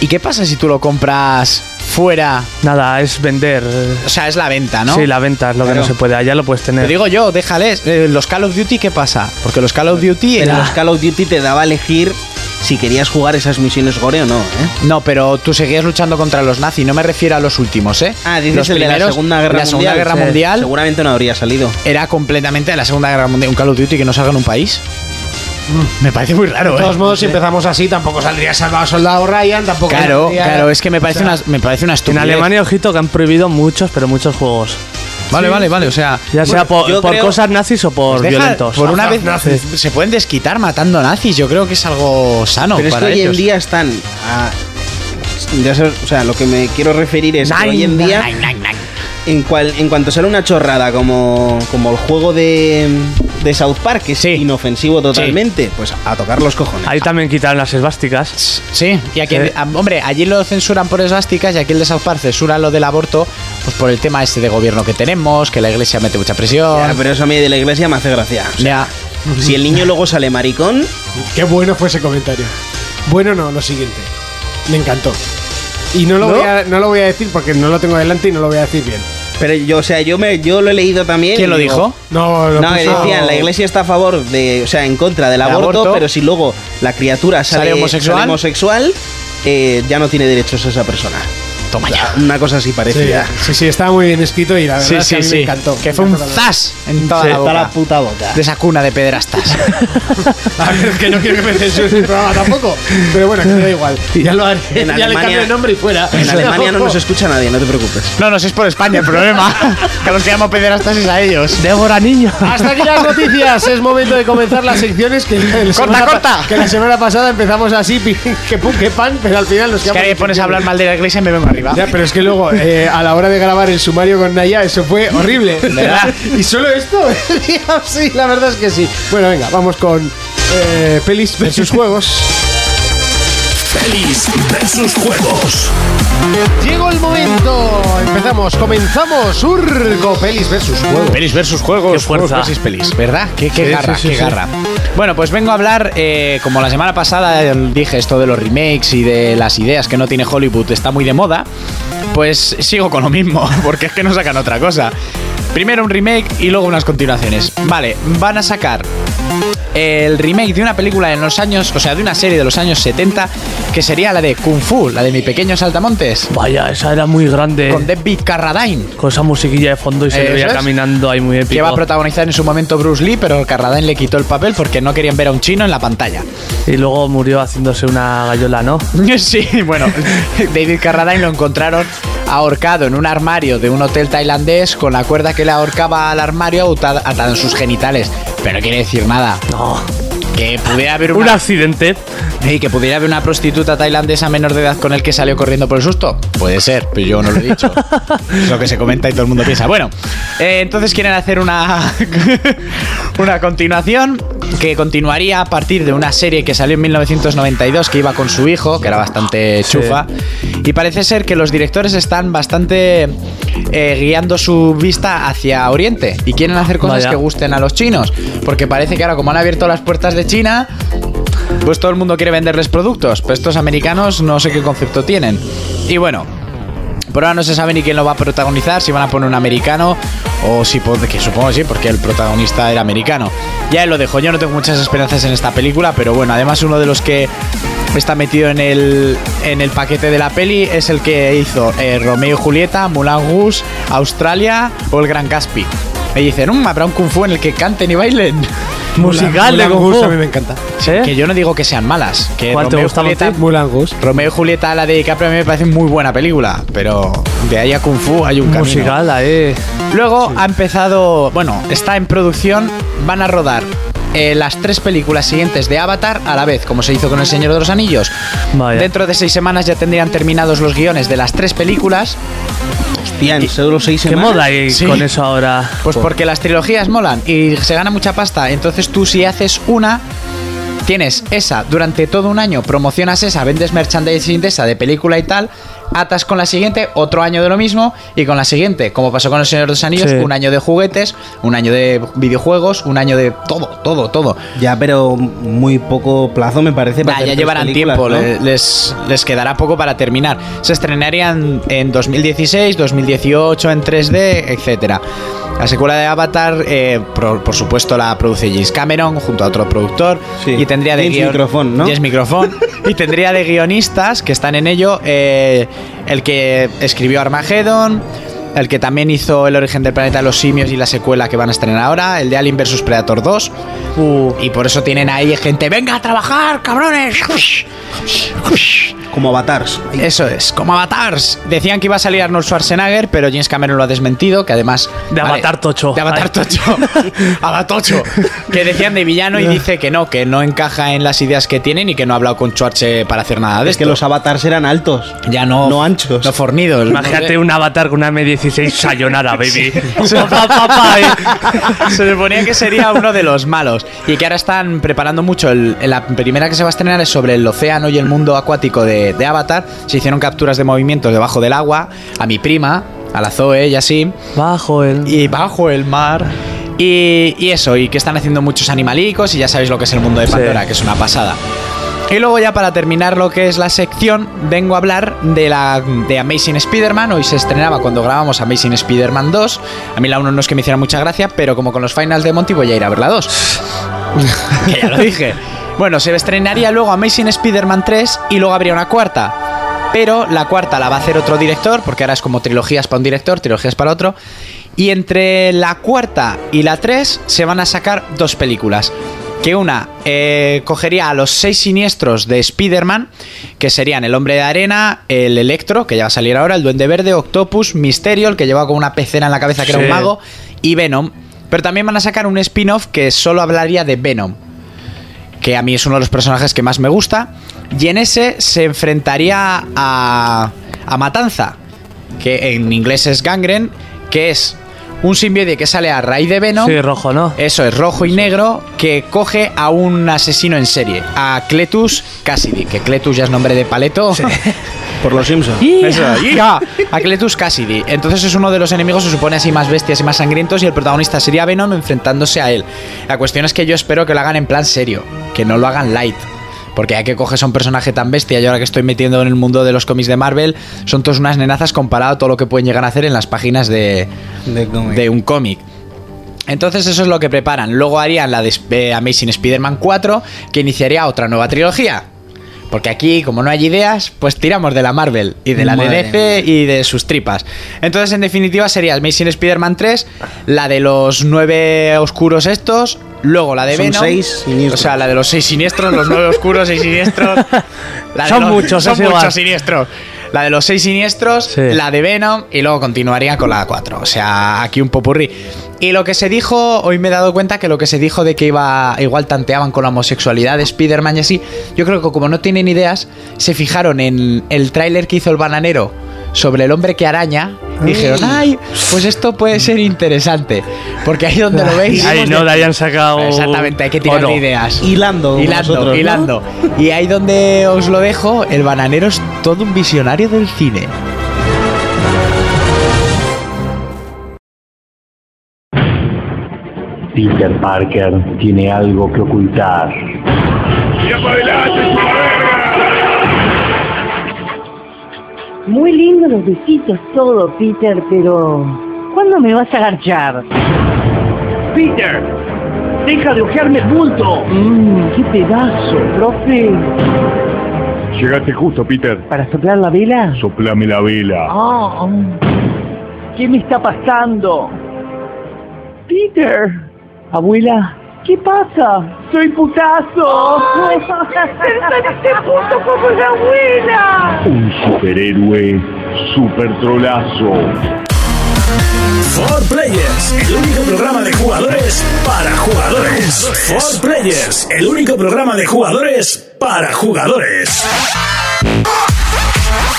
[SPEAKER 4] ¿Y qué pasa si tú lo compras fuera?
[SPEAKER 5] Nada, es vender. eh,
[SPEAKER 4] O sea, es la venta, ¿no?
[SPEAKER 5] Sí, la venta es lo que
[SPEAKER 4] Claro.
[SPEAKER 5] no se puede. Allá lo puedes tener.
[SPEAKER 4] Te digo yo, déjales. Eh, los Call of Duty, ¿qué pasa? Porque los Call of Duty.
[SPEAKER 6] En
[SPEAKER 4] era-
[SPEAKER 6] los Pues Call of Duty te daba a elegir si querías jugar esas misiones gore o no, ¿eh?
[SPEAKER 4] No, pero tú seguías luchando contra los nazis. No me refiero a los últimos, ¿eh?
[SPEAKER 6] Ah, dices
[SPEAKER 4] los
[SPEAKER 6] el de la
[SPEAKER 4] primeros,
[SPEAKER 6] Segunda Guerra
[SPEAKER 4] la Segunda
[SPEAKER 6] Mundial.
[SPEAKER 4] Guerra
[SPEAKER 6] Sí.
[SPEAKER 4] Mundial
[SPEAKER 6] Seguramente no habría salido.
[SPEAKER 4] era completamente de la Segunda Guerra Mundial. Un Call of Duty que no salga en un país.
[SPEAKER 5] Mm,
[SPEAKER 4] Me parece muy raro,
[SPEAKER 1] De todos
[SPEAKER 4] ¿eh?
[SPEAKER 1] modos, si empezamos así, tampoco saldría Salvado Soldado Ryan, tampoco.
[SPEAKER 4] Claro,
[SPEAKER 1] saldría-
[SPEAKER 4] claro, es que me parece, una, me parece
[SPEAKER 5] En
[SPEAKER 4] una estupidez.
[SPEAKER 5] Alemania, ojito, que han prohibido muchos, pero muchos juegos.
[SPEAKER 4] Vale, vale, vale. O sea.
[SPEAKER 5] Ya sea por,
[SPEAKER 6] yo
[SPEAKER 5] por
[SPEAKER 6] creo-
[SPEAKER 5] cosas nazis o por
[SPEAKER 4] pues deja-
[SPEAKER 5] violentos.
[SPEAKER 4] por una vez
[SPEAKER 5] nazis.
[SPEAKER 4] se pueden desquitar matando nazis. Yo creo que es algo sano
[SPEAKER 6] Pero es que
[SPEAKER 4] para
[SPEAKER 6] hoy en
[SPEAKER 4] ellos.
[SPEAKER 6] día están. a- ya sabes, o sea, lo que me quiero referir es que hoy en día, En, cual, en cuanto sale una chorrada como, como el juego de, de South Park, que es
[SPEAKER 4] Sí.
[SPEAKER 6] inofensivo totalmente, pues a tocar los cojones.
[SPEAKER 5] Ahí también quitaron las esvásticas.
[SPEAKER 4] Sí, y aquí,
[SPEAKER 5] Sí.
[SPEAKER 4] ah, hombre, allí lo censuran por esvásticas y aquí el de South Park censura lo del aborto, pues por el tema este de gobierno que tenemos, que la iglesia mete mucha presión.
[SPEAKER 6] Ya, pero eso a mí de la iglesia me hace gracia. O sea,
[SPEAKER 4] Ya.
[SPEAKER 6] si el niño luego sale maricón,
[SPEAKER 1] Qué bueno fue ese comentario. Bueno, no, lo siguiente. Me encantó. Y no lo, Voy, a, no lo voy a decir porque no lo tengo delante y no lo voy a decir bien.
[SPEAKER 6] pero yo, o sea, yo me, yo lo he leído también.
[SPEAKER 4] ¿Quién
[SPEAKER 6] y
[SPEAKER 4] lo
[SPEAKER 6] digo,
[SPEAKER 4] dijo?
[SPEAKER 1] No, lo
[SPEAKER 6] No, que
[SPEAKER 1] puso-
[SPEAKER 6] decían, la iglesia está a favor de, o sea, en contra del
[SPEAKER 4] Del
[SPEAKER 6] aborto,
[SPEAKER 4] aborto.
[SPEAKER 6] pero si luego la criatura sale,
[SPEAKER 4] Sale homosexual.
[SPEAKER 6] sale homosexual, eh, ya no tiene derechos esa persona.
[SPEAKER 4] Toma ya.
[SPEAKER 6] Una cosa así
[SPEAKER 1] Sí,
[SPEAKER 6] parecida.
[SPEAKER 1] sí, sí, estaba muy bien escrito y la verdad es que a mí me encantó.
[SPEAKER 4] Que fue un zas en toda
[SPEAKER 5] Sí,
[SPEAKER 4] la
[SPEAKER 5] está
[SPEAKER 4] boca.
[SPEAKER 6] puta boca.
[SPEAKER 4] De esa cuna de pederastas.
[SPEAKER 1] A ver, es que no quiero que me censures el programa tampoco. Pero bueno, que me da igual. Ya lo haré.
[SPEAKER 6] En
[SPEAKER 1] ya le
[SPEAKER 6] Alemania-
[SPEAKER 1] cambio el nombre y fuera.
[SPEAKER 6] En Alemania no nos escucha nadie, no te preocupes.
[SPEAKER 4] no, no, si es por España el problema. que los que llamo pederastas es a ellos. Débora, niño.
[SPEAKER 1] Hasta aquí las noticias. Es momento de comenzar las secciones que, la semana pa-
[SPEAKER 4] corta.
[SPEAKER 1] que la semana pasada empezamos así, pi- que pum, que pan, pero al final nos
[SPEAKER 4] Es que
[SPEAKER 1] quedamos.
[SPEAKER 4] ahí me pones a hablar mal de la iglesia y me vengo arriba.
[SPEAKER 1] Ya, pero es que luego, eh, a la hora de grabar el sumario con Naya, eso fue horrible.
[SPEAKER 4] ¿Verdad?
[SPEAKER 1] y solo esto, sí, la verdad es que sí. Bueno, venga, vamos con
[SPEAKER 7] eh, pelis versus juegos.
[SPEAKER 2] Pelis versus juegos.
[SPEAKER 1] Llegó el momento. Empezamos, comenzamos. Urco, pelis versus juegos.
[SPEAKER 4] Pelis versus juegos,
[SPEAKER 5] Qué fuerza.
[SPEAKER 4] juegos versus pelis, ¿verdad? Qué, qué
[SPEAKER 7] Sí,
[SPEAKER 4] garra,
[SPEAKER 7] sí, sí,
[SPEAKER 4] qué
[SPEAKER 7] sí.
[SPEAKER 4] garra. Bueno, pues vengo a hablar, eh, como la semana pasada eh, dije esto de los remakes y de las ideas que no tiene Hollywood, está muy de moda, pues sigo con lo mismo, porque es que no sacan otra cosa. Primero un remake y luego unas continuaciones. Vale, van a sacar el remake de una película en los años, o sea, de una serie de los años 70, que sería la de Kung Fu, la de mi pequeño Saltamontes,
[SPEAKER 5] Vaya, esa era muy grande.
[SPEAKER 4] con Debbie Carradine.
[SPEAKER 5] Con esa musiquilla de fondo y se le
[SPEAKER 4] Eso
[SPEAKER 5] veía
[SPEAKER 4] es.
[SPEAKER 5] caminando ahí muy épico.
[SPEAKER 4] que va a protagonizar en su momento Bruce Lee, pero Carradine le quitó el papel porque no querían ver a un chino en la pantalla.
[SPEAKER 5] y luego murió haciéndose una gallola, ¿no?
[SPEAKER 4] Sí, bueno, David Carradine lo encontraron ahorcado en un armario de un hotel tailandés con la cuerda que le ahorcaba al armario atada- atada en sus genitales. Pero no quiere decir nada.
[SPEAKER 5] No.
[SPEAKER 4] Que pudiera haber
[SPEAKER 5] Un
[SPEAKER 4] una,
[SPEAKER 5] accidente.
[SPEAKER 4] y que pudiera haber una prostituta tailandesa menor de edad con el que salió corriendo por el susto. Puede ser, pero yo no lo he dicho. es lo que se comenta y todo el mundo piensa. Bueno, eh, entonces quieren hacer una, una continuación que continuaría a partir de una serie que salió en 1992 que iba con su hijo, que era bastante chufa. Y parece ser que los directores están bastante eh, guiando su vista hacia Oriente y quieren hacer cosas
[SPEAKER 5] Vaya.
[SPEAKER 4] que gusten a los chinos. Porque parece que ahora, como han abierto las puertas de China, pues todo el mundo quiere venderles productos, pero estos americanos no sé qué concepto tienen. Y bueno, por ahora no se sabe ni quién lo va a protagonizar, si van a poner un americano o si pon- que supongo que sí, porque el protagonista era americano. Ya él lo dejo, yo no tengo muchas esperanzas en esta película, pero bueno, además uno de los que está metido en el, en el paquete de la peli es el que hizo eh, Romeo y Julieta, Mulan Rouge, Australia o el Gran Caspi. Me dicen, "Mm, habrá un kung fu en el que canten y bailen.
[SPEAKER 5] Musical de Kung Fu.
[SPEAKER 7] a mí me encanta.
[SPEAKER 5] ¿Eh?
[SPEAKER 4] Que yo no digo que sean malas. Que
[SPEAKER 5] ¿Cuál te
[SPEAKER 4] Romeo y
[SPEAKER 5] gustaba a ti?
[SPEAKER 4] Julieta-
[SPEAKER 7] Mulan Gus.
[SPEAKER 4] Romeo y Julieta, la de DiCaprio, a mí me parece muy buena película, pero de ahí a Kung Fu hay un camino.
[SPEAKER 5] Musical, eh.
[SPEAKER 4] Luego ha empezado, bueno, está en producción, van a rodar eh, las tres películas siguientes de Avatar a la vez, como se hizo con El Señor de los Anillos.
[SPEAKER 5] Vaya.
[SPEAKER 4] Dentro de seis semanas ya tendrían terminados los guiones de las tres películas,
[SPEAKER 6] Hostia, en solo seis
[SPEAKER 5] Qué
[SPEAKER 6] semanas.
[SPEAKER 5] moda hay
[SPEAKER 4] Sí.
[SPEAKER 5] con eso ahora.
[SPEAKER 4] pues porque las trilogías molan y se gana mucha pasta. Entonces tú si haces una... Tienes esa durante todo un año, promocionas esa, vendes merchandising de esa de película y tal, atas con la siguiente, otro año de lo mismo y con la siguiente, como pasó con El Señor de los Anillos,
[SPEAKER 5] Sí.
[SPEAKER 4] un año de juguetes, un año de videojuegos, un año de todo, todo, todo.
[SPEAKER 6] Ya, pero muy poco plazo me parece. para
[SPEAKER 4] Ya,
[SPEAKER 6] hacer
[SPEAKER 4] ya
[SPEAKER 6] tres
[SPEAKER 4] llevarán
[SPEAKER 6] películas,
[SPEAKER 4] tiempo,
[SPEAKER 6] ¿no?
[SPEAKER 4] le- les, les quedará poco para terminar. Se estrenarían en 2016, 2018 en 3D, etcétera. La secuela de Avatar, eh, por, por supuesto, la produce James Cameron junto a otro productor.
[SPEAKER 6] Sí.
[SPEAKER 4] Y tendría de
[SPEAKER 6] James
[SPEAKER 4] guion-
[SPEAKER 6] Microphone, ¿no?
[SPEAKER 4] James Microphone. y tendría de guionistas que están en ello eh, el que escribió Armageddon, el que también hizo El origen del planeta de los simios y la secuela que van a estrenar ahora, el de Alien vs Predator 2. Uh, Y por eso tienen ahí gente, venga a trabajar, cabrones.
[SPEAKER 6] Como avatars. Ay,
[SPEAKER 4] Eso es, como avatars. Decían que iba a salir Arnold Schwarzenegger, pero James Cameron lo ha desmentido, que además...
[SPEAKER 5] De Avatar tocho.
[SPEAKER 4] De Avatar
[SPEAKER 5] Ay.
[SPEAKER 4] Tocho. Avatocho. Que decían de villano y dice que no, que no encaja en las ideas que tienen y que no ha hablado con Schwarze para hacer nada de
[SPEAKER 6] Es que
[SPEAKER 4] esto.
[SPEAKER 6] los avatars eran altos.
[SPEAKER 4] ya no...
[SPEAKER 6] no anchos.
[SPEAKER 4] No fornidos.
[SPEAKER 5] Imagínate un avatar con una M16 sayonara, baby.
[SPEAKER 4] Papá, Se suponía que sería uno de los malos. Y que ahora están preparando mucho. el- la primera que se va a estrenar es sobre el océano y el mundo acuático de, de Avatar. Se hicieron capturas de movimientos debajo del agua. A mi prima, a la Zoe y así.
[SPEAKER 5] Bajo el.
[SPEAKER 4] Y bajo el mar. Y, y eso, y que están haciendo muchos animalicos. Y ya sabéis lo que es el mundo de Pandora, que es una pasada. Y luego ya para terminar lo que es la sección, vengo a hablar de la de Amazing Spider-Man. Hoy se estrenaba cuando grabamos Amazing Spider-Man 2. A mí la 1 no es que me hiciera mucha gracia, pero como con los finals de Monty voy a ir a ver la 2. que ya lo dije. Bueno, se estrenaría luego Amazing Spider-Man 3 y luego habría una cuarta. Pero la cuarta la va a hacer otro director, porque ahora es como trilogías para un director, trilogías para otro. Y entre la cuarta y la 3 se van a sacar dos películas que una eh, cogería a los seis siniestros de Spider-Man, que serían el hombre de arena, el electro, que ya va a salir ahora, el duende verde, Octopus, Misterio, el que llevaba con una pecera en la cabeza que era un
[SPEAKER 5] Sí.
[SPEAKER 4] mago, y Venom. Pero también van a sacar un spin-off que solo hablaría de Venom, que a mí es uno de los personajes que más me gusta, y en ese se enfrentaría a, a Matanza, que en inglés es Gangren, que es un simbiote que sale a raíz de Venom.
[SPEAKER 5] Sí, rojo, ¿no?
[SPEAKER 4] Eso es rojo y negro que coge a un asesino en serie, a Cletus Cassidy, que Cletus ya es nombre de paleto.
[SPEAKER 6] Por los Simpsons.
[SPEAKER 4] Eso, ¡ya! A Cletus Cassidy. Entonces es uno de los enemigos, se supone así más bestias y más sangrientos, y el protagonista sería Venom enfrentándose a él. La cuestión es que yo espero que lo hagan en plan serio, que no lo hagan light. Porque hay que coges a un personaje tan bestia, y ahora que estoy metiendo en el mundo de los cómics de Marvel, son todas unas nenazas comparado a todo lo que pueden llegar a hacer en las páginas de,
[SPEAKER 6] De cómic.
[SPEAKER 4] de un cómic. Entonces eso es lo que preparan. Luego harían la de Sp- eh, Amazing Spider-Man 4, que iniciaría otra nueva trilogía. Porque aquí, como no hay ideas, pues tiramos de la Marvel y de la de
[SPEAKER 6] Madre
[SPEAKER 4] DC y de sus tripas. Entonces, en definitiva, sería Amazing Spider-Man 3, la de los nueve oscuros estos, luego la de
[SPEAKER 6] Son
[SPEAKER 4] Venom.
[SPEAKER 6] seis siniestros.
[SPEAKER 4] O sea, la de los seis siniestros, los nueve oscuros, seis siniestros. la de
[SPEAKER 5] Son
[SPEAKER 4] los-
[SPEAKER 5] muchos,
[SPEAKER 4] son
[SPEAKER 5] es
[SPEAKER 4] muchos
[SPEAKER 5] igual.
[SPEAKER 4] siniestros. La de los seis siniestros,
[SPEAKER 5] Sí.
[SPEAKER 4] la de Venom y luego continuaría con la 4. O sea, aquí un popurrí. Y lo que se dijo, hoy me he dado cuenta que lo que se dijo de que iba igual tanteaban con la homosexualidad de Spider-Man y así, yo creo que como no tienen ideas, se fijaron en el tráiler que hizo el bananero sobre el hombre que araña. Y dijeron, ay, pues esto puede ser interesante. Porque ahí donde lo veis. Pues
[SPEAKER 5] Ahí no, Oh, le hayan sacado.
[SPEAKER 4] Exactamente, hay que tirar
[SPEAKER 5] oro.
[SPEAKER 4] de ideas.
[SPEAKER 6] Hilando. como
[SPEAKER 4] Hilando,
[SPEAKER 6] nosotros, ¿no?
[SPEAKER 4] hilando. Y ahí donde os lo dejo, el bananero es todo un visionario del cine.
[SPEAKER 8] Peter Parker tiene algo que ocultar.
[SPEAKER 9] Muy lindo los besitos, todo, Peter, pero... ¿Cuándo me vas a agarchar?
[SPEAKER 8] Peter, deja de ojearme el bulto.
[SPEAKER 9] Mmm, qué pedazo, profe.
[SPEAKER 8] Llegaste justo, Peter.
[SPEAKER 9] ¿Para soplar la vela?
[SPEAKER 8] Soplame la vela.
[SPEAKER 9] Ah, ¿Qué me está pasando? Peter. Abuela. ¿Qué pasa? ¡Soy putazo! en este punto como la abuela!
[SPEAKER 8] Un superhéroe, super trolazo.
[SPEAKER 2] For Players, el único programa de jugadores para jugadores. For Players, el único programa de jugadores para jugadores.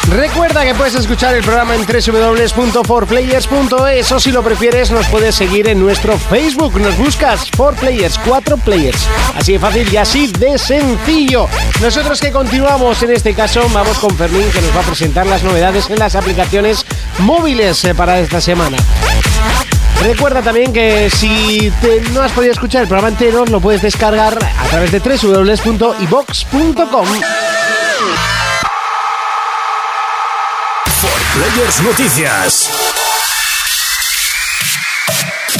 [SPEAKER 1] Recuerda que puedes escuchar el programa en www.forplayers.es e o si lo prefieres nos puedes seguir en nuestro Facebook. Nos buscas 4Players, 4Players. Así de fácil y así de sencillo. Nosotros que continuamos en este caso vamos con Fermín que nos va a presentar las novedades en las aplicaciones móviles eh, para esta semana. Recuerda también que si te- no has podido escuchar el programa entero lo puedes descargar a través de www.ibox.com
[SPEAKER 2] Players Noticias.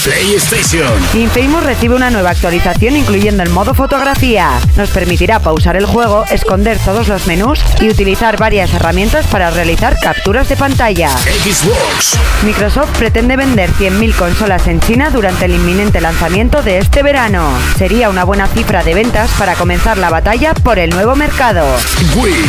[SPEAKER 2] PlayStation.
[SPEAKER 3] Infamous recibe una nueva actualización incluyendo el modo fotografía. Nos permitirá pausar el juego, esconder todos los menús y utilizar varias herramientas para realizar capturas de pantalla.
[SPEAKER 2] Xbox.
[SPEAKER 3] Microsoft pretende vender 100.000 consolas en China durante el inminente lanzamiento de este verano. Sería una buena cifra de ventas para comenzar la batalla por el nuevo mercado.
[SPEAKER 2] Wii.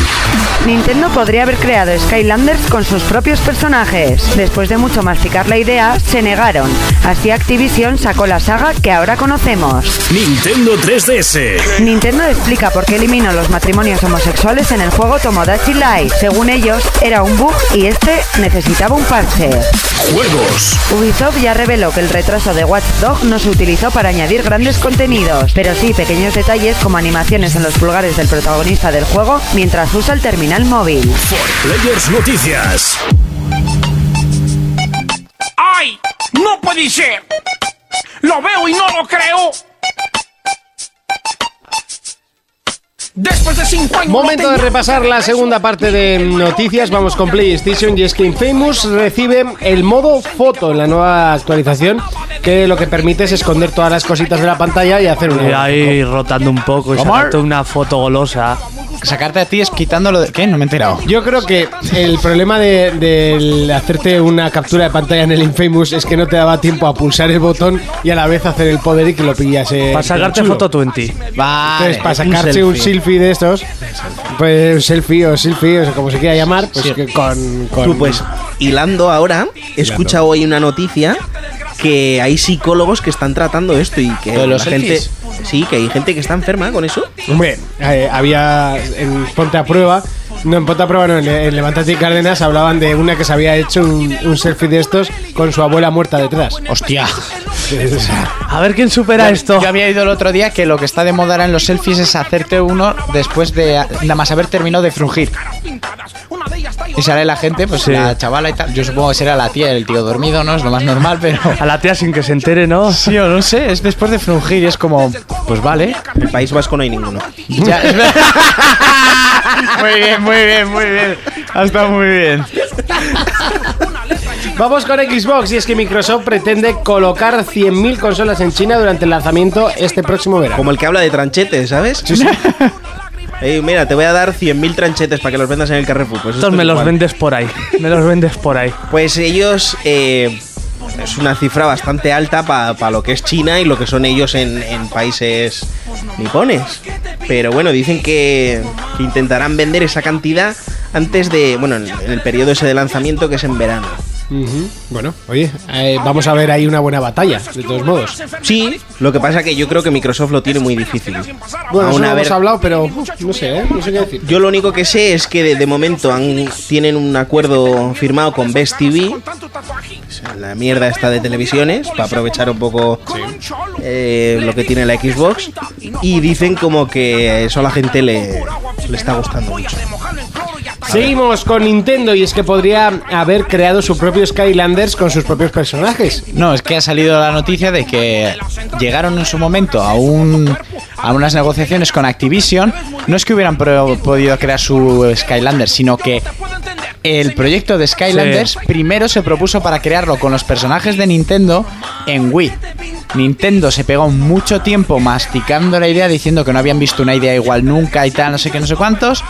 [SPEAKER 3] Nintendo podría haber creado Skylanders con sus propios personajes. Después de mucho masticar la idea, se negaron. Así Activision sacó la saga que ahora conocemos.
[SPEAKER 2] Nintendo 3DS.
[SPEAKER 3] Nintendo explica por qué eliminó los matrimonios homosexuales en el juego Tomodachi Live. Según ellos, era un bug y este necesitaba un parche.
[SPEAKER 2] Juegos.
[SPEAKER 3] Ubisoft ya reveló que el retraso de Watch Dog no se utilizó para añadir grandes contenidos, pero sí pequeños detalles como animaciones en los pulgares del protagonista del juego mientras usa el terminal móvil.
[SPEAKER 2] Players Noticias.
[SPEAKER 10] ¡Ay! ¡No puede ser! ¡Lo veo y no lo creo! Después de cinco años...
[SPEAKER 1] Momento de repasar la segunda parte de noticias. Vamos con PlayStation y es que Infamous recibe el modo foto en la nueva actualización, que lo que permite es esconder todas las cositas de la pantalla y hacer un.
[SPEAKER 5] Y ahí rotando un poco y
[SPEAKER 4] ¿Cómo?
[SPEAKER 5] sacando una foto golosa.
[SPEAKER 4] Sacarte a ti es quitándolo de... ¿Qué? No me he enterado.
[SPEAKER 1] Yo creo que el problema de, del hacerte una captura de pantalla en el Infamous es que no te daba tiempo a pulsar el botón y a la vez hacer el poder y que lo pillase.
[SPEAKER 5] Para sacarte
[SPEAKER 1] chulo.
[SPEAKER 5] foto 20.
[SPEAKER 4] Vale.
[SPEAKER 1] Entonces, para sacarse un selfie de estos, pues un selfie o selfie, o como se quiera llamar, pues que con, con-
[SPEAKER 6] Tú, pues, hilando ahora, he escuchado hoy una noticia que hay psicólogos que están tratando esto y que
[SPEAKER 4] ¿Lo de los
[SPEAKER 6] la gente.
[SPEAKER 4] selfies?
[SPEAKER 6] Sí, que hay gente que está enferma con eso.
[SPEAKER 1] Hombre, eh, había en Ponte a Prueba No, en Potaproba no, en, Le- en Levántate y Cárdenas hablaban de una que se había hecho un, un selfie de estos con su abuela muerta detrás.
[SPEAKER 4] Hostia.
[SPEAKER 5] A ver quién supera esto.
[SPEAKER 4] Yo había ido el otro día que lo que está de moda ahora en los selfies es hacerte uno después de nada más haber terminado de frungir. Y sale la gente, pues
[SPEAKER 5] Sí.
[SPEAKER 4] la chavala y tal. Yo supongo que será la tía, el tío dormido, ¿no? Es lo más normal, pero.
[SPEAKER 5] A la tía sin que se entere, ¿no?
[SPEAKER 4] Sí, o no sé, es después de frungir y es como, pues vale.
[SPEAKER 6] El País Vasco no hay ninguno.
[SPEAKER 4] Ya, es verdad. muy bien, muy bien, muy bien. Ha estado muy bien.
[SPEAKER 1] Vamos con Xbox y es que Microsoft pretende colocar 100.000 consolas en China durante el lanzamiento este próximo verano.
[SPEAKER 6] Como el que habla de tranchetes, ¿sabes? Ey, mira, te voy a dar 100.000 tranchetes para que los vendas en el Carrefour. Pues esto
[SPEAKER 5] Estos
[SPEAKER 6] es
[SPEAKER 5] me los
[SPEAKER 6] igual.
[SPEAKER 5] vendes por ahí. Me los vendes por ahí.
[SPEAKER 6] Pues ellos. eh, es una cifra bastante alta para lo que es China y lo que son ellos en, en países nipones. Pero bueno, dicen que, que intentarán vender esa cantidad antes de. Bueno, en, en el periodo ese de lanzamiento que es en verano.
[SPEAKER 1] Ujú. Bueno, oye, eh, vamos a ver ahí una buena batalla, de todos modos.
[SPEAKER 6] Sí, lo que pasa que yo creo que Microsoft lo tiene muy difícil.
[SPEAKER 1] Bueno, eso
[SPEAKER 6] Aún
[SPEAKER 1] no
[SPEAKER 6] a
[SPEAKER 1] hemos
[SPEAKER 6] ver-
[SPEAKER 1] hablado, pero uf, no sé, ¿eh? No sé qué decir.
[SPEAKER 6] Yo lo único que sé es que de, de momento han- tienen un acuerdo firmado con Best TV, o sea, la mierda esta de televisiones, para aprovechar un poco eh, lo que tiene la Xbox. Y dicen como que eso a la gente le, le está gustando mucho.
[SPEAKER 1] Seguimos con Nintendo y es que podría haber creado su propio Skylanders con sus propios personajes.
[SPEAKER 4] No, es que ha salido la noticia de que llegaron en su momento a, un, a unas negociaciones con Activision. No es que hubieran pro- podido crear su Skylanders, sino que el proyecto de Skylanders
[SPEAKER 5] Sí.
[SPEAKER 4] primero se propuso para crearlo con los personajes de Nintendo en Wii. Nintendo se pegó mucho tiempo masticando la idea diciendo que no habían visto una idea igual nunca y tal, no sé qué, no sé cuántos.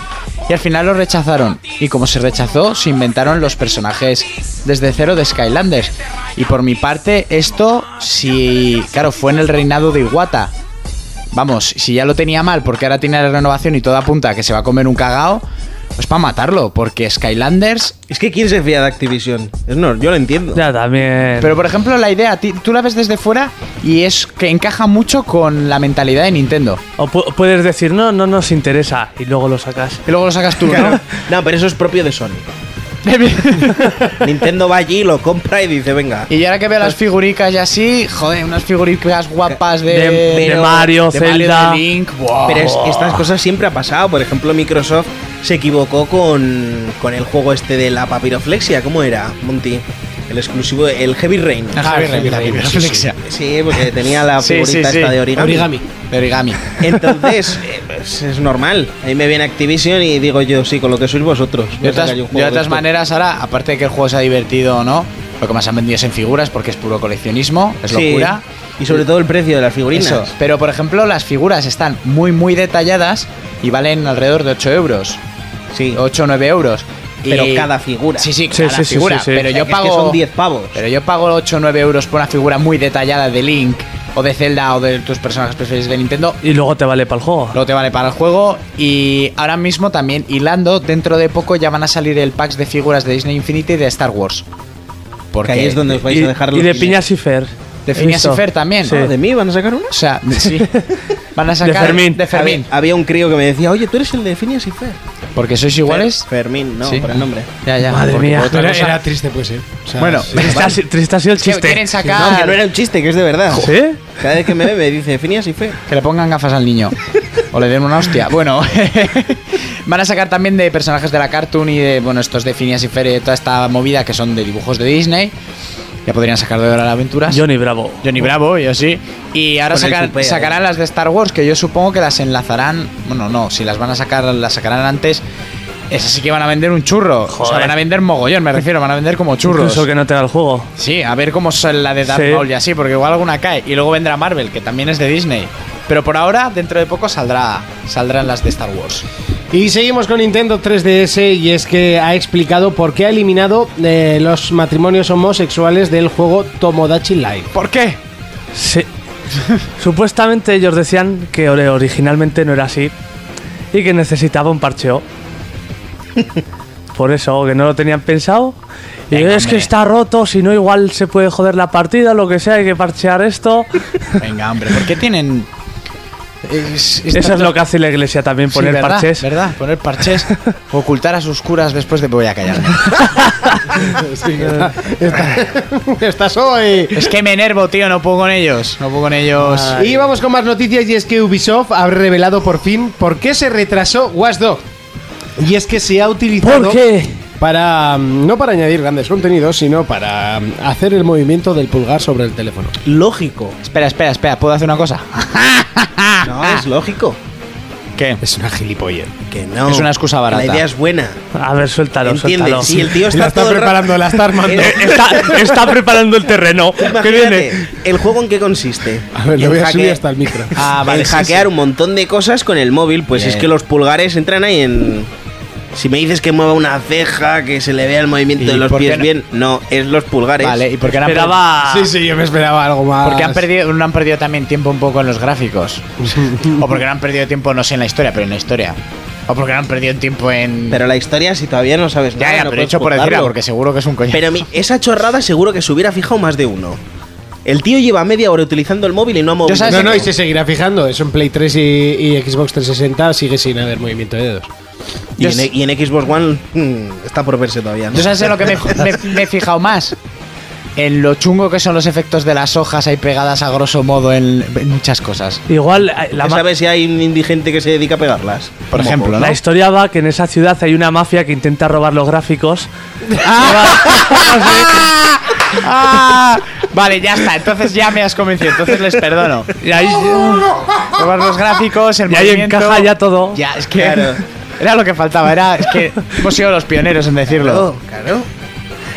[SPEAKER 4] Y al final lo rechazaron. Y como se rechazó, se inventaron los personajes desde cero de Skylanders. Y por mi parte, esto, si. Claro, fue en el reinado de Iwata. Vamos, si ya lo tenía mal porque ahora tiene la renovación y todo apunta a que se va a comer un cagao, pues para matarlo, porque Skylanders
[SPEAKER 6] Es que ¿quién se fía de Activision? Es no, yo lo entiendo.
[SPEAKER 5] Ya también.
[SPEAKER 4] Pero por ejemplo, la idea, ti- tú la ves desde fuera y es que encaja mucho con la mentalidad de Nintendo.
[SPEAKER 5] o pu- puedes decir, no, no nos interesa. Y luego lo sacas.
[SPEAKER 4] Y luego lo sacas tú, ¿no?
[SPEAKER 6] No, pero eso es propio de Sony. Nintendo va allí, lo compra y dice, venga.
[SPEAKER 4] y yo ahora que veo las figuricas y así, joder, unas figuricas guapas de,
[SPEAKER 5] De- de
[SPEAKER 4] pero-
[SPEAKER 5] Mario,
[SPEAKER 4] de Mario,
[SPEAKER 5] Zelda.
[SPEAKER 4] de Link, buah.
[SPEAKER 6] Pero es que estas
[SPEAKER 4] Ah.
[SPEAKER 6] cosas siempre ha pasado. Por ejemplo, Microsoft se equivocó con, con el juego este de la papiroflexia. ¿Cómo era, Monty? El exclusivo, el Heavy Rain.
[SPEAKER 4] Ah, Javi Rey, la biblioflexia.
[SPEAKER 6] Sí, porque tenía la
[SPEAKER 4] Sí,
[SPEAKER 6] figurita
[SPEAKER 4] sí, sí.
[SPEAKER 6] esta de origami.
[SPEAKER 4] Origami. De origami.
[SPEAKER 6] Entonces, eh, pues, es normal. Ahí me viene Activision y digo yo, sí, con lo que sois vosotros.
[SPEAKER 4] De
[SPEAKER 6] voy a
[SPEAKER 4] otras,
[SPEAKER 6] sacar yo un
[SPEAKER 4] de
[SPEAKER 6] juego
[SPEAKER 4] otras
[SPEAKER 6] esto.
[SPEAKER 4] maneras, ahora, aparte de que el juego sea divertido o no, lo que más han vendido es en figuras porque es puro coleccionismo, es
[SPEAKER 6] Sí.
[SPEAKER 4] locura.
[SPEAKER 6] Y sobre todo el precio de las figurinas.
[SPEAKER 4] Eso, pero por ejemplo las figuras están muy muy detalladas y valen alrededor de 8 euros,
[SPEAKER 6] Sí.
[SPEAKER 4] 8 o 9 euros. Y-
[SPEAKER 6] Pero cada figura.
[SPEAKER 4] Sí, sí,
[SPEAKER 5] Sí,
[SPEAKER 4] cada
[SPEAKER 5] sí, sí,
[SPEAKER 4] figura,
[SPEAKER 5] sí, sí.
[SPEAKER 4] pero
[SPEAKER 6] O sea,
[SPEAKER 4] yo
[SPEAKER 6] que es
[SPEAKER 4] pago...
[SPEAKER 6] que son 10 pavos.
[SPEAKER 4] Pero yo pago 8 o 9 euros por una figura muy detallada de Link o de Zelda o de tus personajes preferidos de Nintendo
[SPEAKER 5] Y luego te vale para el juego.
[SPEAKER 4] Luego te vale para el juego y ahora mismo también hilando, dentro de poco ya van a salir el packs de figuras de Disney Infinity y de Star Wars. Porque
[SPEAKER 6] Porque ahí es donde os vais
[SPEAKER 5] y,
[SPEAKER 6] a dejar
[SPEAKER 5] y
[SPEAKER 6] los
[SPEAKER 5] de
[SPEAKER 6] billetes.
[SPEAKER 5] Piñas y Fer.
[SPEAKER 4] De
[SPEAKER 5] He
[SPEAKER 4] Phineas y
[SPEAKER 5] visto.
[SPEAKER 4] Fer también.
[SPEAKER 5] Sí.
[SPEAKER 6] Ah, ¿De mí van a sacar una?
[SPEAKER 4] O sea, sí. Van a sacar
[SPEAKER 5] Fermín.
[SPEAKER 4] De Fermín.
[SPEAKER 6] Había, había un crío que me decía, oye, tú eres el de Phineas y Fer.
[SPEAKER 4] Porque sois iguales.
[SPEAKER 6] Fer- Fermín, no,
[SPEAKER 4] Sí.
[SPEAKER 6] por el nombre.
[SPEAKER 4] Ya, ya.
[SPEAKER 5] Madre mía.
[SPEAKER 4] por otra
[SPEAKER 1] Era,
[SPEAKER 4] cosa-
[SPEAKER 1] era triste, pues, ¿eh? O sea,
[SPEAKER 4] Bueno,
[SPEAKER 1] sí.
[SPEAKER 5] Triste, ha si- triste ha sido el
[SPEAKER 4] que quieren
[SPEAKER 5] chiste.
[SPEAKER 4] sacar.
[SPEAKER 6] No, que no era un chiste, que es de verdad.
[SPEAKER 5] ¿Sí?
[SPEAKER 6] Cada vez que me ve me dice Phineas y Fer.
[SPEAKER 4] Que le pongan gafas al niño. O le den una hostia. Bueno, van a sacar también de personajes de la cartoon y de, bueno, estos de Phineas y Ferb y de toda esta movida que son de dibujos de Disney. Ya podrían sacar de Dora Aventuras.
[SPEAKER 5] Johnny Bravo.
[SPEAKER 4] Johnny Bravo, yo sí. Y ahora
[SPEAKER 6] Con el eh.
[SPEAKER 4] sacar-
[SPEAKER 6] tupé,
[SPEAKER 4] sacarán las de Star Wars, que yo supongo que las enlazarán. Bueno, no, si las van a sacar, las sacarán antes. Esas sí que van a vender un churro. O sea,
[SPEAKER 5] Joder.
[SPEAKER 4] van a vender mogollón, me refiero, van a vender como churros.
[SPEAKER 5] Incluso que no tenga el juego.
[SPEAKER 4] Sí, a ver cómo son la de Darth
[SPEAKER 5] Sí.
[SPEAKER 4] Maul y así, porque igual alguna cae. Y luego vendrá Marvel, que también es de Disney. Pero por ahora, dentro de poco saldrá, saldrán las de Star Wars.
[SPEAKER 1] Y seguimos con Nintendo 3DS y es que ha explicado por qué ha eliminado eh, los matrimonios homosexuales del juego Tomodachi Live.
[SPEAKER 4] ¿Por qué?
[SPEAKER 5] Sí. Supuestamente ellos decían que ori- originalmente no era así y que necesitaba un parcheo. Por eso, que no lo tenían pensado. Y
[SPEAKER 4] Venga,
[SPEAKER 5] es
[SPEAKER 4] hombre.
[SPEAKER 5] que está roto, si no igual se puede joder la partida, lo que sea, hay que parchear esto.
[SPEAKER 4] Venga, hombre, ¿por qué tienen Es- es
[SPEAKER 5] Eso es
[SPEAKER 4] tanto-
[SPEAKER 5] lo que hace la iglesia también,
[SPEAKER 4] Sí,
[SPEAKER 5] poner
[SPEAKER 4] ¿verdad?
[SPEAKER 5] parches.
[SPEAKER 4] ¿Verdad? Poner parches. ocultar a sus curas después de voy a callar.
[SPEAKER 1] Estás hoy.
[SPEAKER 4] es que me enervo, tío. No puedo con ellos. No puedo con ellos.
[SPEAKER 1] Y vamos con más noticias y es que Ubisoft ha revelado por fin por qué se retrasó Watch Dogs. Y es que se ha utilizado
[SPEAKER 5] ¿Por qué?
[SPEAKER 1] para mm, no para añadir grandes contenidos, sino para mm, hacer el movimiento del pulgar sobre el teléfono.
[SPEAKER 6] Lógico.
[SPEAKER 4] Espera, espera, espera. ¿Puedo hacer una cosa?
[SPEAKER 6] No, es lógico.
[SPEAKER 4] ¿Qué?
[SPEAKER 1] Es una gilipollez.
[SPEAKER 6] Que no.
[SPEAKER 4] Es una excusa barata.
[SPEAKER 6] La idea es buena.
[SPEAKER 5] A ver, suéltalo,
[SPEAKER 6] Entiende,
[SPEAKER 5] suéltalo.
[SPEAKER 6] si el tío está,
[SPEAKER 1] La está
[SPEAKER 6] todo el rato-
[SPEAKER 1] preparando, la está armando.
[SPEAKER 6] Eh,
[SPEAKER 5] Está, está preparando el terreno. ¿Qué
[SPEAKER 6] Imagínate,
[SPEAKER 5] viene?
[SPEAKER 6] ¿el juego en qué consiste?
[SPEAKER 1] A ver, lo
[SPEAKER 6] En
[SPEAKER 1] voy a
[SPEAKER 6] hacke-
[SPEAKER 1] subir hasta el micro.
[SPEAKER 4] Ah,
[SPEAKER 6] en
[SPEAKER 4] vale, sí,
[SPEAKER 6] hackear un montón de cosas con el móvil, pues
[SPEAKER 4] Bien.
[SPEAKER 6] es que los pulgares entran ahí en... Si me dices que mueva una ceja, que se le vea el movimiento
[SPEAKER 4] ¿Y
[SPEAKER 6] de los
[SPEAKER 4] por qué
[SPEAKER 6] pies
[SPEAKER 4] no?
[SPEAKER 6] bien, no, es los pulgares.
[SPEAKER 4] Vale, ¿y por qué no han perdido-
[SPEAKER 5] Esperaba.
[SPEAKER 1] Sí, sí, yo me esperaba algo más.
[SPEAKER 4] Porque han perdido, no han perdido también tiempo un poco en los gráficos. o porque no han perdido tiempo, no sé, en la historia, pero en la historia. O porque no han perdido tiempo en.
[SPEAKER 6] Pero la historia, si todavía no sabes
[SPEAKER 4] ya,
[SPEAKER 6] nada,
[SPEAKER 4] ya,
[SPEAKER 6] no
[SPEAKER 4] pero
[SPEAKER 6] puedes
[SPEAKER 4] hecho por decirla,
[SPEAKER 6] juzgarlo.
[SPEAKER 4] porque seguro que es un coño.
[SPEAKER 6] Pero mi- esa chorrada seguro que se hubiera fijado más de uno. El tío lleva media hora utilizando el móvil y no ha movido.
[SPEAKER 1] No, no, y se seguirá fijando. Eso en Play 3 y, y Xbox 360 sigue sin haber movimiento de dedos.
[SPEAKER 6] Y
[SPEAKER 4] Yo
[SPEAKER 6] en,
[SPEAKER 4] sé-
[SPEAKER 6] y en Xbox One mm, está por verse todavía. ¿no?
[SPEAKER 4] ¿Tú sabes en lo que me, me- me he fijado más? En lo chungo que son los efectos de las hojas ahí pegadas a grosso modo en, en muchas cosas.
[SPEAKER 5] Igual eh, la,
[SPEAKER 6] ¿Ya
[SPEAKER 5] ma-
[SPEAKER 6] sabes si hay un indigente que se dedica a pegarlas?
[SPEAKER 4] Por
[SPEAKER 6] Como
[SPEAKER 4] ejemplo, ¿no?
[SPEAKER 5] la historia va que en esa ciudad hay una mafia que intenta robar los gráficos.
[SPEAKER 4] ¡Ah! ¡Ah! Vale, ya está. Entonces ya me has convencido. Entonces les perdono.
[SPEAKER 5] Y ahí,
[SPEAKER 4] Probar los gráficos, el
[SPEAKER 5] y ahí
[SPEAKER 4] movimiento.
[SPEAKER 5] encaja ya todo.
[SPEAKER 4] Ya, es que
[SPEAKER 6] Claro.
[SPEAKER 4] era lo que faltaba, era es que hemos sido los pioneros en decirlo.
[SPEAKER 6] Claro, claro.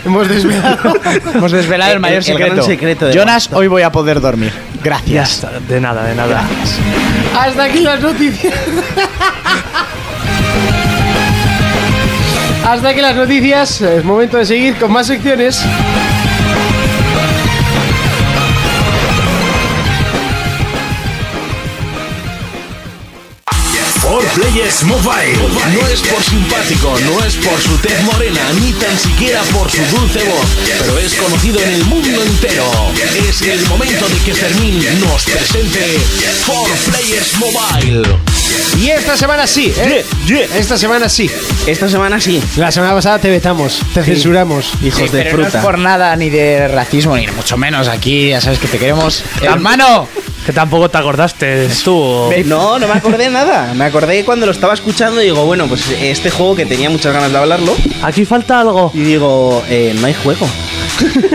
[SPEAKER 1] Hemos desvelado.
[SPEAKER 4] Hemos desvelado el,
[SPEAKER 6] El-
[SPEAKER 4] mayor
[SPEAKER 6] el- el
[SPEAKER 4] secreto.
[SPEAKER 6] gran secreto de
[SPEAKER 4] Jonas, hoy voy a poder dormir.
[SPEAKER 5] Ya
[SPEAKER 4] Gracias.
[SPEAKER 5] está, de nada, de nada.
[SPEAKER 1] Hasta aquí las noticias. Hasta aquí las noticias. Es momento de seguir con más secciones.
[SPEAKER 2] For Players Mobile. No es por simpático, no es por su tez morena, ni tan siquiera por su dulce voz, pero es conocido en el mundo entero. Es el momento de que Fermín nos presente For Players Mobile.
[SPEAKER 1] Y esta semana sí, ¿eh? Esta semana sí.
[SPEAKER 6] Esta semana sí.
[SPEAKER 1] La semana pasada te vetamos, te censuramos.
[SPEAKER 6] Hijos
[SPEAKER 4] Sí,
[SPEAKER 6] de
[SPEAKER 4] pero no
[SPEAKER 6] fruta.
[SPEAKER 4] es por nada ni de racismo ni mucho menos aquí, ya sabes que te queremos. Hermano,
[SPEAKER 5] Que tampoco te acordaste tú.
[SPEAKER 6] No, no me acordé de nada. Me acordé cuando lo estaba escuchando y digo, bueno, pues este juego que tenía muchas ganas de hablarlo.
[SPEAKER 5] Aquí falta algo.
[SPEAKER 6] Y digo, eh, no hay juego.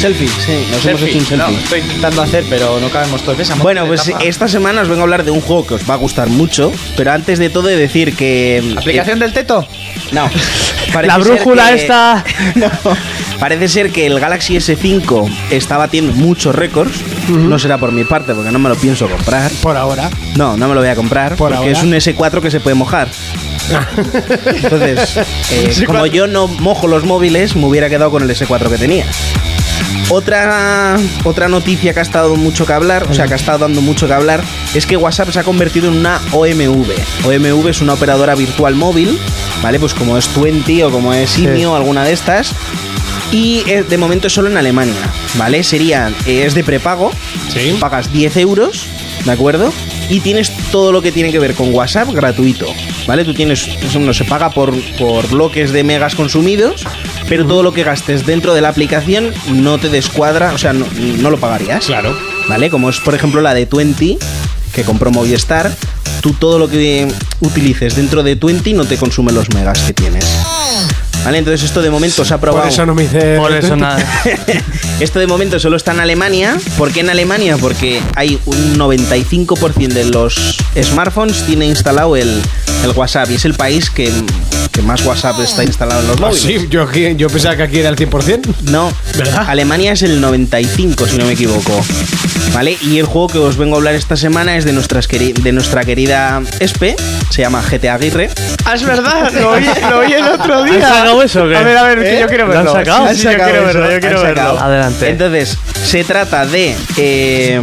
[SPEAKER 6] selfie, sí, nos hemos hecho un selfie.
[SPEAKER 4] estoy intentando hacer, pero no cabemos todos. Ves, amor,
[SPEAKER 6] Bueno,
[SPEAKER 4] te
[SPEAKER 6] pues
[SPEAKER 4] tapa.
[SPEAKER 6] esta semana os vengo a hablar de un juego que os va a gustar mucho, pero antes de todo he de decir que...
[SPEAKER 4] aplicación del teto.
[SPEAKER 6] eh, no.
[SPEAKER 5] La
[SPEAKER 6] Parece ser
[SPEAKER 5] brújula
[SPEAKER 6] que-
[SPEAKER 5] esta.
[SPEAKER 6] No. Parece ser que el Galaxy S5 está batiendo muchos récords. No será por mi parte, porque no me lo pienso comprar.
[SPEAKER 1] Por ahora.
[SPEAKER 6] No, no me lo voy a comprar
[SPEAKER 1] Por
[SPEAKER 6] porque
[SPEAKER 1] ahora.
[SPEAKER 6] es un S4 que se puede mojar. Entonces, eh, como yo no mojo los móviles, me hubiera quedado con el S4 que tenía. Otra, otra noticia que ha estado mucho que hablar, o sea, que ha estado dando mucho que hablar, es que WhatsApp se ha convertido en una OMV. OMV es una operadora virtual móvil, ¿vale? Pues como es Twenty o como es Simio, alguna de estas. Y eh, de momento es solo en Alemania, ¿vale? Sería, eh, es de prepago,
[SPEAKER 1] Sí.
[SPEAKER 6] pagas 10 euros, ¿de acuerdo? Y tienes todo lo que tiene que ver con WhatsApp gratuito, ¿vale? Tú tienes, eso no se paga por, por bloques de megas consumidos, pero todo lo que gastes dentro de la aplicación no te descuadra, o sea, no, no lo pagarías.
[SPEAKER 1] Claro.
[SPEAKER 6] ¿Vale? Como es, por ejemplo, la de 20, que compró Movistar, tú todo lo que utilices dentro de 20 no te consume los megas que tienes. ¿Vale? Entonces esto de momento se ha probado.
[SPEAKER 1] Por eso no me hice.
[SPEAKER 5] Por eso nada.
[SPEAKER 6] Esto de momento solo está en Alemania. ¿Por qué en Alemania? Porque hay un 95% de los smartphones tiene instalado el, el WhatsApp y es el país que, que más WhatsApp está instalado en los
[SPEAKER 1] Ah,
[SPEAKER 6] móviles.
[SPEAKER 1] sí, yo, aquí- yo pensaba que aquí era el 100%.
[SPEAKER 6] No, Alemania es el 95, si no me equivoco. ¿Vale? Y el juego que os vengo a hablar esta semana es de, nuestras queri- de nuestra querida Espe, se llama GTA Aguirre.
[SPEAKER 4] Ah, es verdad, lo oí, lo oí el otro
[SPEAKER 5] ¿Han sacado eso o qué?
[SPEAKER 4] A ver, a ver, que
[SPEAKER 5] ¿Eh?
[SPEAKER 4] yo quiero
[SPEAKER 5] ¿Lo han
[SPEAKER 4] verlo.
[SPEAKER 5] sacado?
[SPEAKER 4] Sí, sí, yo quiero verlo, yo quiero verlo.
[SPEAKER 5] Adelante.
[SPEAKER 6] Entonces, se trata de eh,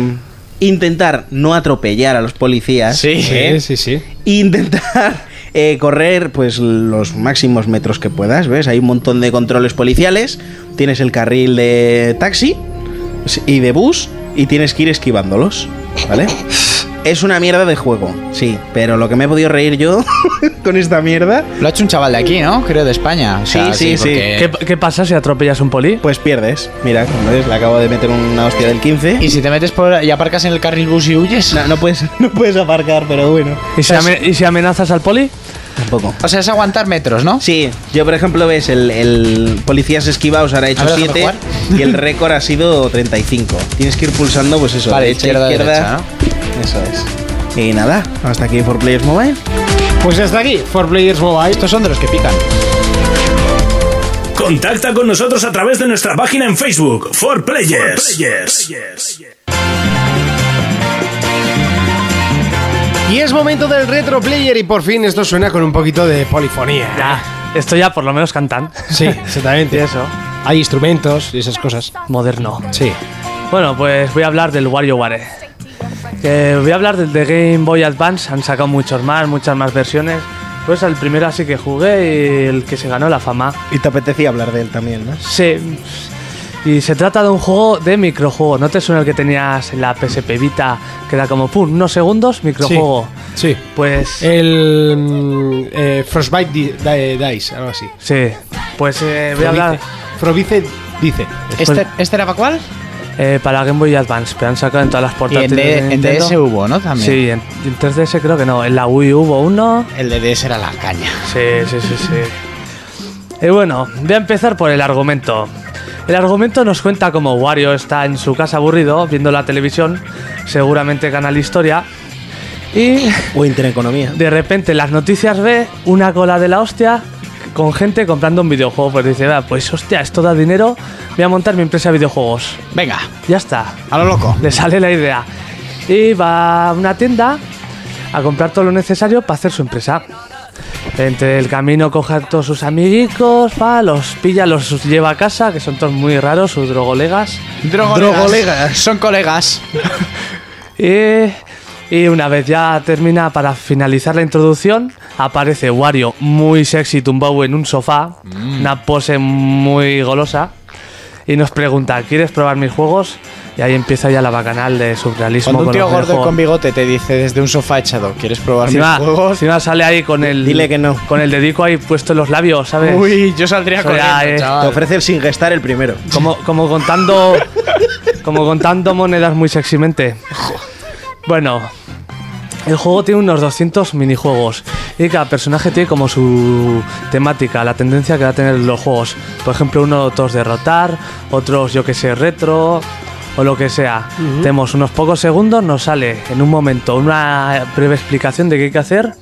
[SPEAKER 6] intentar no atropellar a los policías.
[SPEAKER 1] Sí, sí, sí.
[SPEAKER 6] e intentar eh, correr pues los máximos metros que puedas, ¿ves? Hay un montón de controles policiales, tienes el carril de taxi y de bus y tienes que ir esquivándolos, ¿vale? Es una mierda de juego, sí, pero lo que me he podido reír yo con esta mierda.
[SPEAKER 4] Lo ha hecho un chaval de aquí, ¿no? Creo de España. O sea,
[SPEAKER 6] sí, sí, sí.
[SPEAKER 4] porque-
[SPEAKER 5] ¿Qué, qué pasa si atropellas un poli?
[SPEAKER 6] Pues pierdes. Mira, como ves, le acabo de meter una hostia del 15.
[SPEAKER 4] ¿Y si te metes por y aparcas en el carril bus y huyes?
[SPEAKER 6] No, no puedes, no puedes aparcar, pero bueno.
[SPEAKER 5] ¿Y si, ame- y si amenazas al poli?
[SPEAKER 6] Tampoco.
[SPEAKER 4] O sea, es aguantar metros, ¿no?
[SPEAKER 6] Sí, yo por ejemplo ves el, el policías esquivados ahora he
[SPEAKER 4] A
[SPEAKER 6] hecho
[SPEAKER 4] ver, déjame
[SPEAKER 6] 7 y el récord ha sido 35. Tienes que ir pulsando pues eso,
[SPEAKER 4] Vale,
[SPEAKER 6] derecha,
[SPEAKER 4] izquierda,
[SPEAKER 6] izquierda,
[SPEAKER 4] derecha,
[SPEAKER 6] Eso es. Y nada, hasta aquí por Players Mobile.
[SPEAKER 1] Pues hasta aquí, For Players Mobile.
[SPEAKER 4] Estos son de los que pican.
[SPEAKER 2] Contacta con nosotros a través de nuestra página en Facebook, For Players.
[SPEAKER 1] Y es momento del retro player y por fin esto suena con un poquito de polifonía.
[SPEAKER 5] Ya, esto ya por lo menos cantan.
[SPEAKER 1] Sí, exactamente.
[SPEAKER 5] Eso,
[SPEAKER 1] Hay instrumentos y esas cosas.
[SPEAKER 5] moderno.
[SPEAKER 1] Sí.
[SPEAKER 5] Bueno, pues voy a hablar del WarioWare. Que voy a hablar del de Game Boy Advance. Han sacado muchos más, muchas más versiones. Pues el primero así que jugué y el que se ganó la fama.
[SPEAKER 6] Y te apetecía hablar de él también, ¿no?
[SPEAKER 5] Sí. Y se trata de un juego de microjuego. ¿No te suena el que tenías en la PSP Vita? Que da como, pum, unos segundos, microjuego.
[SPEAKER 1] Sí. Eh.
[SPEAKER 5] Pues...
[SPEAKER 1] El mm, eh, Frostbite di- di- Dice, algo así.
[SPEAKER 5] Sí. Pues eh, voy a hablar...
[SPEAKER 1] Frobice dice.
[SPEAKER 4] ¿Este,
[SPEAKER 6] Pues-
[SPEAKER 4] este era para cuál?
[SPEAKER 5] Eh, para Game Boy Advance, pero han sacado en todas las
[SPEAKER 4] Y
[SPEAKER 5] portátiles.
[SPEAKER 4] en, D-
[SPEAKER 5] de
[SPEAKER 4] en
[SPEAKER 5] Nintendo.
[SPEAKER 4] DS hubo, ¿no? También.
[SPEAKER 5] Sí, en, en 3DS creo que no. En la Wii hubo uno.
[SPEAKER 4] El de DS era la caña.
[SPEAKER 5] Sí, sí, sí, sí. Y bueno, voy a empezar por el argumento. El argumento nos cuenta cómo Wario está en su casa aburrido, viendo la televisión, seguramente Canal Historia, y
[SPEAKER 6] O Intereconomía.
[SPEAKER 5] de repente en las noticias ve una cola de la hostia con gente comprando un videojuego. Pues dice, "Ah, pues hostia, esto da dinero, voy a montar mi empresa de videojuegos.
[SPEAKER 4] Venga,
[SPEAKER 5] Ya está,
[SPEAKER 4] a lo loco.
[SPEAKER 5] le sale la idea. Y va a una tienda a comprar todo lo necesario para hacer su empresa. Entre el camino coge a todos sus amiguitos, va, los pilla, los lleva a casa, que son todos muy raros, sus drogolegas.
[SPEAKER 4] Drogolegas. Son colegas.
[SPEAKER 5] Y, y una vez ya termina, para finalizar la introducción, aparece Wario muy sexy tumbado en un sofá,
[SPEAKER 4] Mm.
[SPEAKER 5] una pose muy golosa, y nos pregunta, ¿quieres probar mis juegos? Y ahí empieza ya la bacanal de surrealismo.
[SPEAKER 4] Cuando un
[SPEAKER 5] con
[SPEAKER 4] tío
[SPEAKER 5] los
[SPEAKER 4] gordo y
[SPEAKER 5] videojuegos.
[SPEAKER 4] con bigote te dice desde un sofá echado, ¿quieres probar
[SPEAKER 5] Encima,
[SPEAKER 4] mis juegos?
[SPEAKER 5] encima sale ahí con el,
[SPEAKER 6] Dile que no.
[SPEAKER 5] con el dedico ahí puesto en los labios, ¿sabes?
[SPEAKER 4] Uy, yo saldría
[SPEAKER 5] Eso
[SPEAKER 4] corriendo,
[SPEAKER 5] ya es-
[SPEAKER 6] eh. Te
[SPEAKER 4] chaval.
[SPEAKER 6] ofrece el sin gestar el primero.
[SPEAKER 5] Como, como contando. como contando monedas muy sexymente. Bueno. El juego tiene unos 200 minijuegos y cada personaje tiene como su temática, la tendencia que va a tener los juegos. Por ejemplo, uno todos derrotar, otros yo que sé retro o lo que sea. Tenemos unos pocos segundos, nos sale en un momento una breve explicación de qué hay que hacer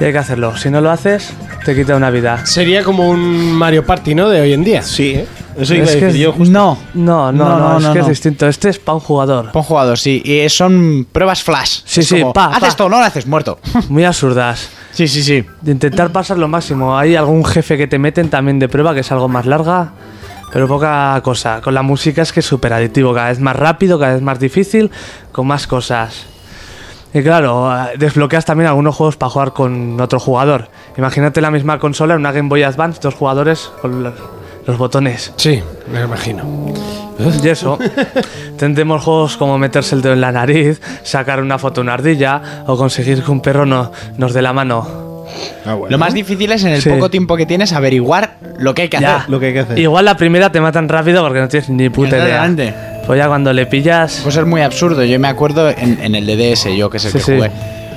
[SPEAKER 5] y hay que hacerlo. Si no lo haces, te quita una vida.
[SPEAKER 1] Sería como un Mario Party, ¿no? De hoy en día.
[SPEAKER 6] Sí, ¿eh? eso
[SPEAKER 5] Es que es-
[SPEAKER 4] No.
[SPEAKER 5] No, no, no,
[SPEAKER 4] No, no,
[SPEAKER 5] es
[SPEAKER 4] no,
[SPEAKER 5] que
[SPEAKER 4] no.
[SPEAKER 5] es distinto. Este es para un jugador.
[SPEAKER 4] Pon jugador, sí. Y eh, son pruebas flash.
[SPEAKER 5] Sí,
[SPEAKER 4] Es
[SPEAKER 5] sí,
[SPEAKER 4] como,
[SPEAKER 5] pa, pa.
[SPEAKER 4] Haz esto, no lo haces muerto.
[SPEAKER 5] Muy absurdas.
[SPEAKER 4] Sí, sí, sí.
[SPEAKER 5] De intentar pasar lo máximo. Hay algún jefe que te meten también de prueba, que es algo más larga. Pero poca cosa. Con la música es que es súper adictivo. Cada vez más rápido, cada vez más difícil, con más cosas. Y claro, eh, desbloqueas también algunos juegos para jugar con otro jugador. Imagínate la misma consola en una Game Boy Advance, dos jugadores con los- los botones.
[SPEAKER 1] Sí, me imagino.
[SPEAKER 5] Y eso, tendremos juegos como meterse el dedo en la nariz, sacar una foto a una ardilla o conseguir que un perro no, nos dé la mano.
[SPEAKER 4] Lo más difícil es en el
[SPEAKER 5] Sí.
[SPEAKER 4] poco tiempo que tienes averiguar lo que hay que
[SPEAKER 5] Ya.
[SPEAKER 4] hacer.
[SPEAKER 6] Lo que hay que hacer.
[SPEAKER 5] Igual la primera te matan rápido porque no tienes ni puta
[SPEAKER 4] Es
[SPEAKER 5] idea.
[SPEAKER 4] adelante.
[SPEAKER 5] Pues ya cuando le pillas...
[SPEAKER 4] Pues es muy absurdo. Yo me acuerdo en, en el DDS, yo que es el
[SPEAKER 5] Sí,
[SPEAKER 4] que
[SPEAKER 5] sí.
[SPEAKER 4] jugué.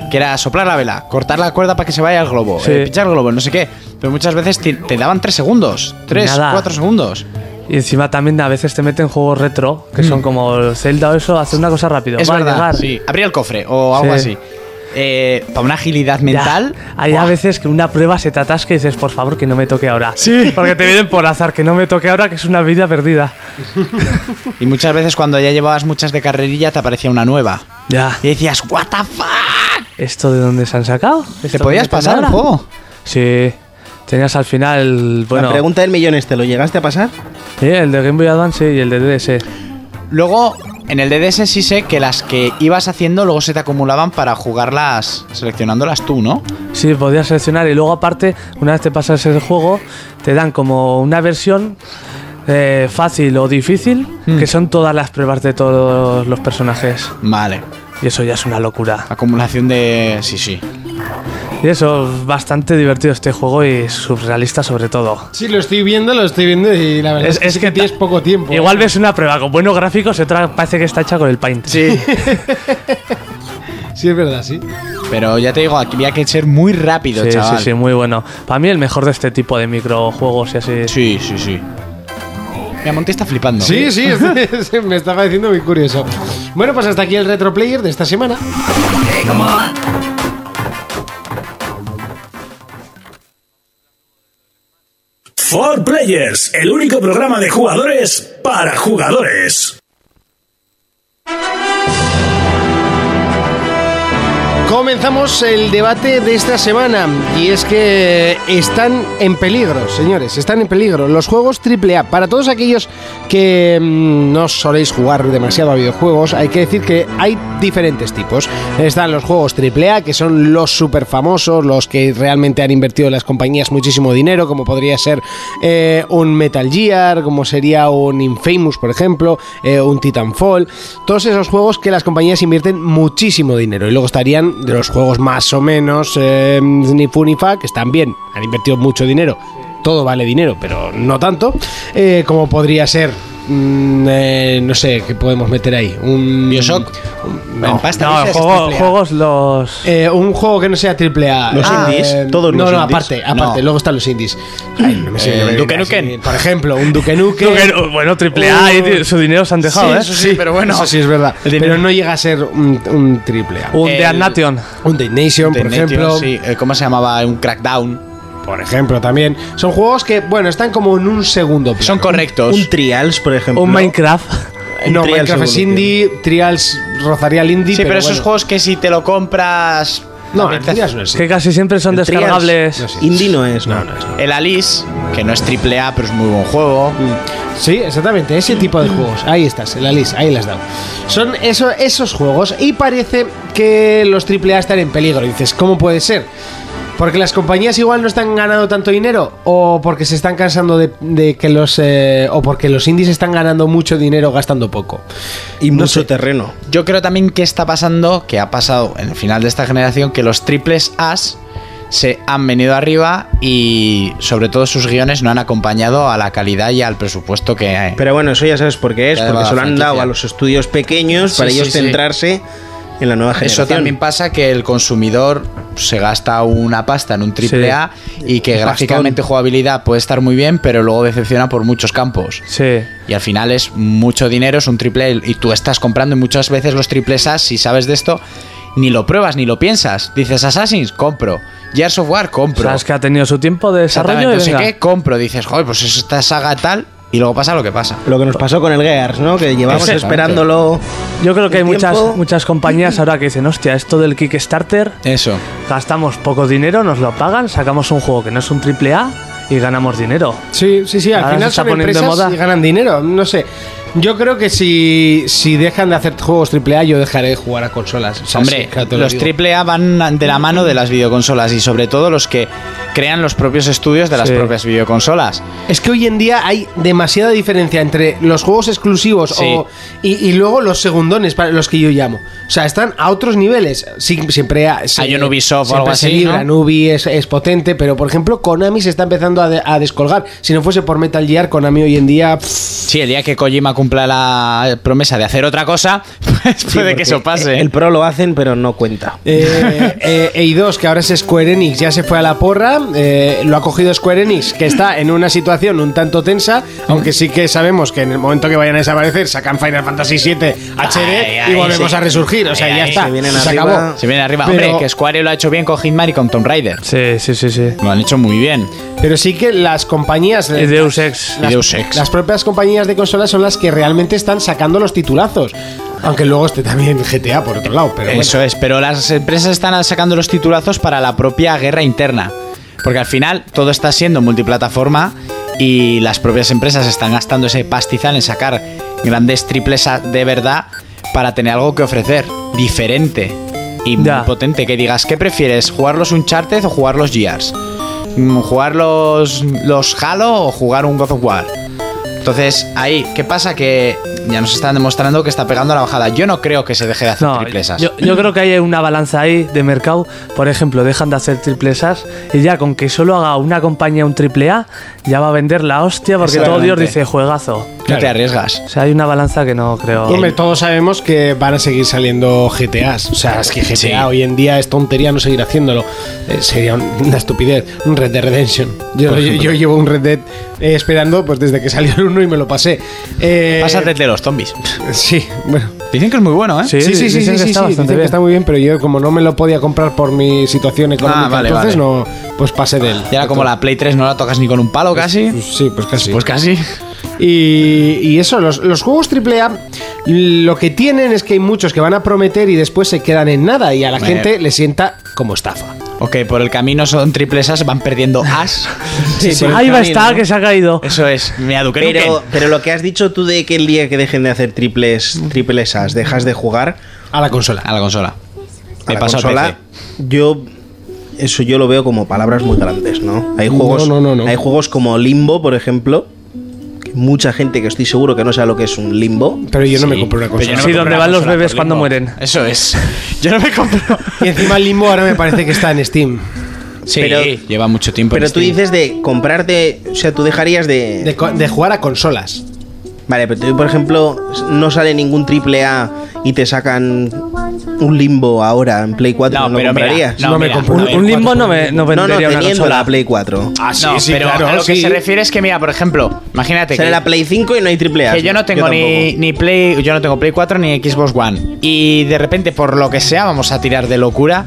[SPEAKER 4] Que era soplar la vela, cortar la cuerda para que se vaya al globo,
[SPEAKER 5] Sí.
[SPEAKER 4] eh, pinchar el globo, no sé qué. Pero muchas veces te, te daban tres segundos, tres,
[SPEAKER 5] Nada.
[SPEAKER 4] cuatro segundos.
[SPEAKER 5] Y encima también a veces te meten juegos retro, que son como el Zelda o eso, hacer una cosa rápido.
[SPEAKER 4] Mm. Es
[SPEAKER 5] va a
[SPEAKER 4] verdad,
[SPEAKER 5] llegar.
[SPEAKER 4] sí. Abría el cofre o algo
[SPEAKER 5] Sí.
[SPEAKER 4] así. Eh, para una agilidad
[SPEAKER 5] Ya.
[SPEAKER 4] mental.
[SPEAKER 5] Hay a
[SPEAKER 4] ¡buah!
[SPEAKER 5] veces que una prueba se te atasca y dices, por favor, que no me toque ahora.
[SPEAKER 4] Sí.
[SPEAKER 5] Porque te vienen por azar, que no me toque ahora, que es una vida perdida.
[SPEAKER 4] Y muchas veces cuando ya llevabas muchas de carrerilla te aparecía una nueva.
[SPEAKER 5] Ya.
[SPEAKER 4] Y decías, ¿What the fuck?
[SPEAKER 5] ¿Esto de dónde se han sacado?
[SPEAKER 4] Te
[SPEAKER 5] ¿Esto
[SPEAKER 4] podías
[SPEAKER 5] no te
[SPEAKER 4] pasar el
[SPEAKER 5] nada?
[SPEAKER 4] juego.
[SPEAKER 5] Sí. Tenías al final, bueno,
[SPEAKER 6] La pregunta del millón este, ¿lo llegaste a pasar?
[SPEAKER 5] sí, el de Game Boy Advance sí, y el de DS.
[SPEAKER 4] Luego, en el DDS sí sé que las que ibas haciendo luego se te acumulaban para jugarlas, seleccionándolas tú, ¿no?
[SPEAKER 5] Sí, podías seleccionar y luego aparte, una vez te pasas el juego, te dan como una versión eh, fácil o difícil,
[SPEAKER 11] Mm.
[SPEAKER 5] que son todas las pruebas de todos los personajes.
[SPEAKER 4] Vale.
[SPEAKER 5] Y eso ya es una locura.
[SPEAKER 4] Acumulación de. Sí, sí.
[SPEAKER 5] Y eso, bastante divertido este juego y surrealista sobre todo.
[SPEAKER 11] Sí, lo estoy viendo, lo estoy viendo y la verdad es, que, tienes poco tiempo. ¿eh?
[SPEAKER 5] Igual ves una prueba con buenos gráficos y otra parece que está hecha con el Paint.
[SPEAKER 4] Sí.
[SPEAKER 11] Sí, es verdad, sí.
[SPEAKER 4] Pero ya te digo, aquí había que ser muy rápido,
[SPEAKER 5] Sí,
[SPEAKER 4] chaval.
[SPEAKER 5] sí, sí, muy bueno. Para mí el mejor de este tipo de microjuegos y así.
[SPEAKER 4] Sí, sí, sí. Mira, Monty está flipando.
[SPEAKER 11] Sí, sí, es- es- me estaba diciendo muy curioso. Bueno, pues hasta aquí el retro player de esta semana.
[SPEAKER 2] For Players, el único programa de jugadores para jugadores.
[SPEAKER 1] Comenzamos el debate de esta semana y es que están en peligro, señores, están en peligro los juegos AAA. Para todos aquellos que mm, no soléis jugar demasiado a videojuegos, hay que decir que hay diferentes tipos. Están los juegos AAA, que son los super famosos, los que realmente han invertido las compañías muchísimo dinero, como podría ser eh, un Metal Gear, como sería un Infamous, por ejemplo, eh, un Titanfall, todos esos juegos que las compañías invierten muchísimo dinero. Y luego estarían de los juegos más o menos eh, ni fu ni fa, que están bien, han invertido mucho dinero. Todo vale dinero, pero no tanto. eh, como podría ser, mm, eh, no sé, ¿qué podemos meter ahí? Un Bioshock.
[SPEAKER 4] En pasta,
[SPEAKER 5] Mm, No,
[SPEAKER 4] ese es
[SPEAKER 5] juego-
[SPEAKER 4] triple A.
[SPEAKER 5] juegos los.
[SPEAKER 1] Eh, un juego que no sea triple A.
[SPEAKER 6] Los
[SPEAKER 1] Ah,
[SPEAKER 6] indies,
[SPEAKER 1] eh,
[SPEAKER 6] todos
[SPEAKER 1] no,
[SPEAKER 6] los
[SPEAKER 1] no,
[SPEAKER 6] indies.
[SPEAKER 1] aparte, aparte.
[SPEAKER 4] No.
[SPEAKER 1] Luego están los indies. Ay, no me sirve
[SPEAKER 4] Eh,
[SPEAKER 1] que me
[SPEAKER 4] Duke
[SPEAKER 1] venga así.
[SPEAKER 4] Nukem.
[SPEAKER 1] Por ejemplo, un Duke Nukem.
[SPEAKER 5] Lo
[SPEAKER 11] Eh,
[SPEAKER 5] que- bueno, triple A, y su dinero se han dejado,
[SPEAKER 1] sí,
[SPEAKER 5] ¿eh?
[SPEAKER 1] eso sí, pero bueno. Eso sí es verdad. Pero no llega a ser un, un triple A.
[SPEAKER 5] Un
[SPEAKER 4] El-
[SPEAKER 5] Dead Nation.
[SPEAKER 1] Un Damnation, por
[SPEAKER 4] Damnation,
[SPEAKER 1] ejemplo.
[SPEAKER 4] sí. Eh, ¿Cómo se llamaba? Un crackdown.
[SPEAKER 1] Por ejemplo, también. Son juegos que, bueno, están como en un segundo plano.
[SPEAKER 4] Son correctos.
[SPEAKER 6] Un Trials, por ejemplo.
[SPEAKER 5] Un Minecraft.
[SPEAKER 1] No,
[SPEAKER 6] Trials
[SPEAKER 1] Minecraft es
[SPEAKER 6] seguro,
[SPEAKER 1] indie, Trials, Rosaria Indie.
[SPEAKER 4] sí, pero, esos
[SPEAKER 1] bueno.
[SPEAKER 4] juegos que si te lo compras.
[SPEAKER 1] No,
[SPEAKER 4] a
[SPEAKER 1] el
[SPEAKER 4] veces-
[SPEAKER 1] Trials no es.
[SPEAKER 5] Que casi siempre son
[SPEAKER 6] Trials,
[SPEAKER 5] descargables.
[SPEAKER 1] no sé.
[SPEAKER 6] Indie no es, ¿no?
[SPEAKER 4] El Alice, que no es triple A, pero es muy buen juego.
[SPEAKER 6] Mm.
[SPEAKER 1] Sí, exactamente, ese tipo de juegos. Ahí estás, en la lista, ahí las dado. Son eso- esos juegos y parece que los AAA están en peligro. Y dices, ¿cómo puede ser? ¿Porque las compañías igual no están ganando tanto dinero? ¿O porque se están cansando de, de que los... eh, o porque los indies están ganando mucho dinero gastando poco?
[SPEAKER 6] Y mucho terreno.
[SPEAKER 4] Yo creo también que está pasando, que ha pasado en el final de esta generación, que los triples As se han venido arriba y sobre todo sus guiones no han acompañado a la calidad y al presupuesto que hay.
[SPEAKER 6] Pero bueno, eso ya sabes por qué es,
[SPEAKER 4] Ya
[SPEAKER 6] porque
[SPEAKER 4] va
[SPEAKER 6] se lo han dado
[SPEAKER 4] franquicia.
[SPEAKER 6] a los estudios pequeños
[SPEAKER 4] Sí,
[SPEAKER 6] para
[SPEAKER 4] sí,
[SPEAKER 6] ellos
[SPEAKER 4] sí.
[SPEAKER 6] centrarse en la nueva generación.
[SPEAKER 4] Eso también pasa que el consumidor se gasta una pasta en un triple
[SPEAKER 5] Sí.
[SPEAKER 4] A y que gráficamente jugabilidad puede estar muy bien, pero luego decepciona por muchos campos.
[SPEAKER 5] Sí.
[SPEAKER 4] Y al final es mucho dinero, es un triple A, y tú estás comprando y muchas veces los triples A, si sabes de esto, ni lo pruebas ni lo piensas. Dices Assassin's, compro. Gears of War, compro.
[SPEAKER 5] Sabes que ha tenido su tiempo de
[SPEAKER 4] Exactamente,
[SPEAKER 5] desarrollo y
[SPEAKER 4] no sé
[SPEAKER 5] venga.
[SPEAKER 4] qué, compro. Dices, joder, pues es esta saga tal y luego pasa lo que pasa.
[SPEAKER 6] Lo que nos pasó con el Gears, ¿no? Que llevamos
[SPEAKER 4] Exactamente.
[SPEAKER 6] esperándolo.
[SPEAKER 5] Yo creo que hay
[SPEAKER 6] El
[SPEAKER 5] muchas,
[SPEAKER 6] tiempo-
[SPEAKER 5] muchas compañías ahora que dicen, hostia, esto del Kickstarter,
[SPEAKER 4] Eso.
[SPEAKER 5] gastamos poco dinero, nos lo pagan, sacamos un juego que no es un triple A y ganamos dinero.
[SPEAKER 1] Sí, sí, sí. Al
[SPEAKER 5] Ahora
[SPEAKER 1] final
[SPEAKER 5] se está
[SPEAKER 1] son
[SPEAKER 5] poniendo
[SPEAKER 1] empresas
[SPEAKER 5] de moda.
[SPEAKER 1] y ganan dinero. No sé. Yo creo que si, si dejan de hacer juegos AAA, yo dejaré de jugar a consolas. O sea,
[SPEAKER 4] Hombre,
[SPEAKER 1] sí, claro, te lo
[SPEAKER 4] los
[SPEAKER 1] digo.
[SPEAKER 4] triple A van de la mano de las videoconsolas y sobre todo los que crean los propios estudios de las
[SPEAKER 5] Sí.
[SPEAKER 4] propias videoconsolas.
[SPEAKER 1] Es que hoy en día hay demasiada diferencia entre los juegos exclusivos
[SPEAKER 4] Sí.
[SPEAKER 1] o- y, y luego los segundones, para los que yo llamo. O sea, están a otros niveles. Sí, siempre ha- se-
[SPEAKER 4] Hay un Ubisoft o
[SPEAKER 1] siempre
[SPEAKER 4] algo
[SPEAKER 1] se
[SPEAKER 4] así,
[SPEAKER 1] libran. Ubi es, es potente, pero por ejemplo, Konami se está empezando a, de- a descolgar. Si no fuese por Metal Gear, Konami hoy en día. pff,
[SPEAKER 4] Sí, el día que Kojima cumpla la promesa de hacer otra cosa, pues puede
[SPEAKER 6] porque
[SPEAKER 4] que eso pase.
[SPEAKER 6] El pro lo hacen, pero no cuenta.
[SPEAKER 1] eh, eh, EI2, que ahora es Square Enix, ya se fue a la porra. eh, lo ha cogido Square Enix, que está en una situación un tanto tensa. Aunque sí que sabemos que en el momento que vayan a desaparecer, sacan Final Fantasy VII HD
[SPEAKER 4] Ay, ay,
[SPEAKER 1] y volvemos
[SPEAKER 4] sí.
[SPEAKER 1] a resurgir. O sea,
[SPEAKER 4] Ay,
[SPEAKER 1] ya
[SPEAKER 4] ay,
[SPEAKER 1] está.
[SPEAKER 6] se vienen
[SPEAKER 1] se
[SPEAKER 6] arriba.
[SPEAKER 1] acabó.
[SPEAKER 4] Se viene arriba.
[SPEAKER 1] Pero-
[SPEAKER 4] Hombre, que Square lo ha hecho bien con Hitman y con Tomb Raider.
[SPEAKER 5] Sí, sí, sí, sí.
[SPEAKER 4] Lo han hecho muy bien.
[SPEAKER 1] Pero sí que las compañías.
[SPEAKER 5] Y Deus Ex.
[SPEAKER 4] Y Deus Ex.
[SPEAKER 1] Las propias compañías de consolas son las que realmente están sacando los titulazos. Aunque luego esté también GTA por otro lado, pero bueno.
[SPEAKER 4] Eso es, pero las empresas están sacando los titulazos para la propia guerra interna. Porque al final todo está siendo multiplataforma y las propias empresas están gastando ese pastizal en sacar grandes triples A de verdad para tener algo que ofrecer diferente y muy
[SPEAKER 5] Ya.
[SPEAKER 4] potente. Que digas, ¿qué prefieres? ¿Jugar los Uncharted o jugar los Gears? Mm, ¿Jugar los, los Halo o jugar un God of War? Entonces, ahí, ¿qué pasa? Que ya nos están demostrando que está pegando la bajada. Yo no creo que se deje de hacer triplesas.
[SPEAKER 5] Yo, yo creo que hay una balanza ahí de mercado. Por ejemplo, dejan de hacer triplesas y ya con que solo haga una compañía un triple A, ya va a vender la hostia porque todo Dios
[SPEAKER 1] Exactamente.
[SPEAKER 5] dice juegazo.
[SPEAKER 1] No te
[SPEAKER 4] arriesgas.
[SPEAKER 5] O sea, hay una balanza que no creo.
[SPEAKER 1] Hombre, todos sabemos que van a seguir saliendo GTAs. O sea, es que GTA hoy en día es tontería no seguir haciéndolo. Eh, sería un- una estupidez. Un Red Dead Redemption. Yo,
[SPEAKER 4] Por
[SPEAKER 1] yo-
[SPEAKER 4] ejemplo.
[SPEAKER 1] yo llevo un Red Dead eh, esperando pues desde que salió el 1 y me lo pasé. Eh,
[SPEAKER 4] Pásate el de los zombies.
[SPEAKER 1] Sí, bueno.
[SPEAKER 4] Dicen que es muy bueno, ¿eh?
[SPEAKER 1] Sí, sí, sí, sí, sí, sí, dicen que está muy bien, pero yo como no me lo podía comprar por mi situación económica,
[SPEAKER 4] Ah, vale,
[SPEAKER 1] entonces
[SPEAKER 4] vale.
[SPEAKER 1] no, pues pasé de él.
[SPEAKER 4] Y ahora como la Play 3 no la tocas ni con un palo casi.
[SPEAKER 1] sí, pues casi.
[SPEAKER 4] Pues casi.
[SPEAKER 1] Y, y eso, los, los juegos AAA lo que tienen es que hay muchos que van a prometer y después se quedan en nada y a la
[SPEAKER 4] Bueno.
[SPEAKER 1] gente le sienta como estafa.
[SPEAKER 4] Ok, por el camino son triplesas, van perdiendo as.
[SPEAKER 1] Sí,
[SPEAKER 4] por el
[SPEAKER 5] Ahí va a
[SPEAKER 4] camino,
[SPEAKER 5] estar,
[SPEAKER 4] ¿no?
[SPEAKER 5] que se ha caído.
[SPEAKER 4] Eso es, me aduqué.
[SPEAKER 6] Pero, pero lo que has dicho tú de que el día que dejen de hacer triples, triples as, dejas de jugar
[SPEAKER 1] a la consola.
[SPEAKER 4] A la consola.
[SPEAKER 6] A
[SPEAKER 4] Me
[SPEAKER 6] la
[SPEAKER 4] paso al
[SPEAKER 6] consola, yo eso yo lo veo como palabras muy grandes, ¿no? Hay
[SPEAKER 1] No,
[SPEAKER 6] juegos,
[SPEAKER 1] no, no, no.
[SPEAKER 6] hay juegos como Limbo, por ejemplo, que mucha gente que estoy seguro que no sabe lo que es un Limbo.
[SPEAKER 1] Pero yo no me compro una
[SPEAKER 6] cosa.
[SPEAKER 5] sí, donde van los bebés cuando mueren.
[SPEAKER 4] Eso es. Yo no me compro.
[SPEAKER 1] Y encima el limbo ahora me parece que está en Steam.
[SPEAKER 4] Sí,
[SPEAKER 6] Pero-
[SPEAKER 4] lleva mucho tiempo. en
[SPEAKER 6] Pero tú
[SPEAKER 4] Steam.
[SPEAKER 6] dices de comprarte, o sea, tú dejarías de
[SPEAKER 1] De, co- de jugar a consolas.
[SPEAKER 6] Vale, pero tú, por ejemplo, no sale ningún triple A y te sacan un limbo ahora en Play 4,
[SPEAKER 4] No,
[SPEAKER 6] no, lo
[SPEAKER 4] pero mira,
[SPEAKER 6] comprarías.
[SPEAKER 4] no, No me mira, compro no, un
[SPEAKER 5] Un limbo no, me, no
[SPEAKER 6] no, no,
[SPEAKER 5] vendería una
[SPEAKER 6] teniendo
[SPEAKER 5] consola.
[SPEAKER 6] la Play 4.
[SPEAKER 1] Ah, sí,
[SPEAKER 4] no,
[SPEAKER 1] sí,
[SPEAKER 4] pero
[SPEAKER 1] claro,
[SPEAKER 4] a lo que
[SPEAKER 1] sí.
[SPEAKER 4] se refiere es que, mira, por ejemplo, imagínate
[SPEAKER 6] Sale
[SPEAKER 4] que,
[SPEAKER 6] la Play 5 y no hay triple A.
[SPEAKER 4] que yo no tengo ni, ni Play, yo no tengo Play 4 ni Xbox One. Y de repente, por lo que sea, vamos a tirar de locura.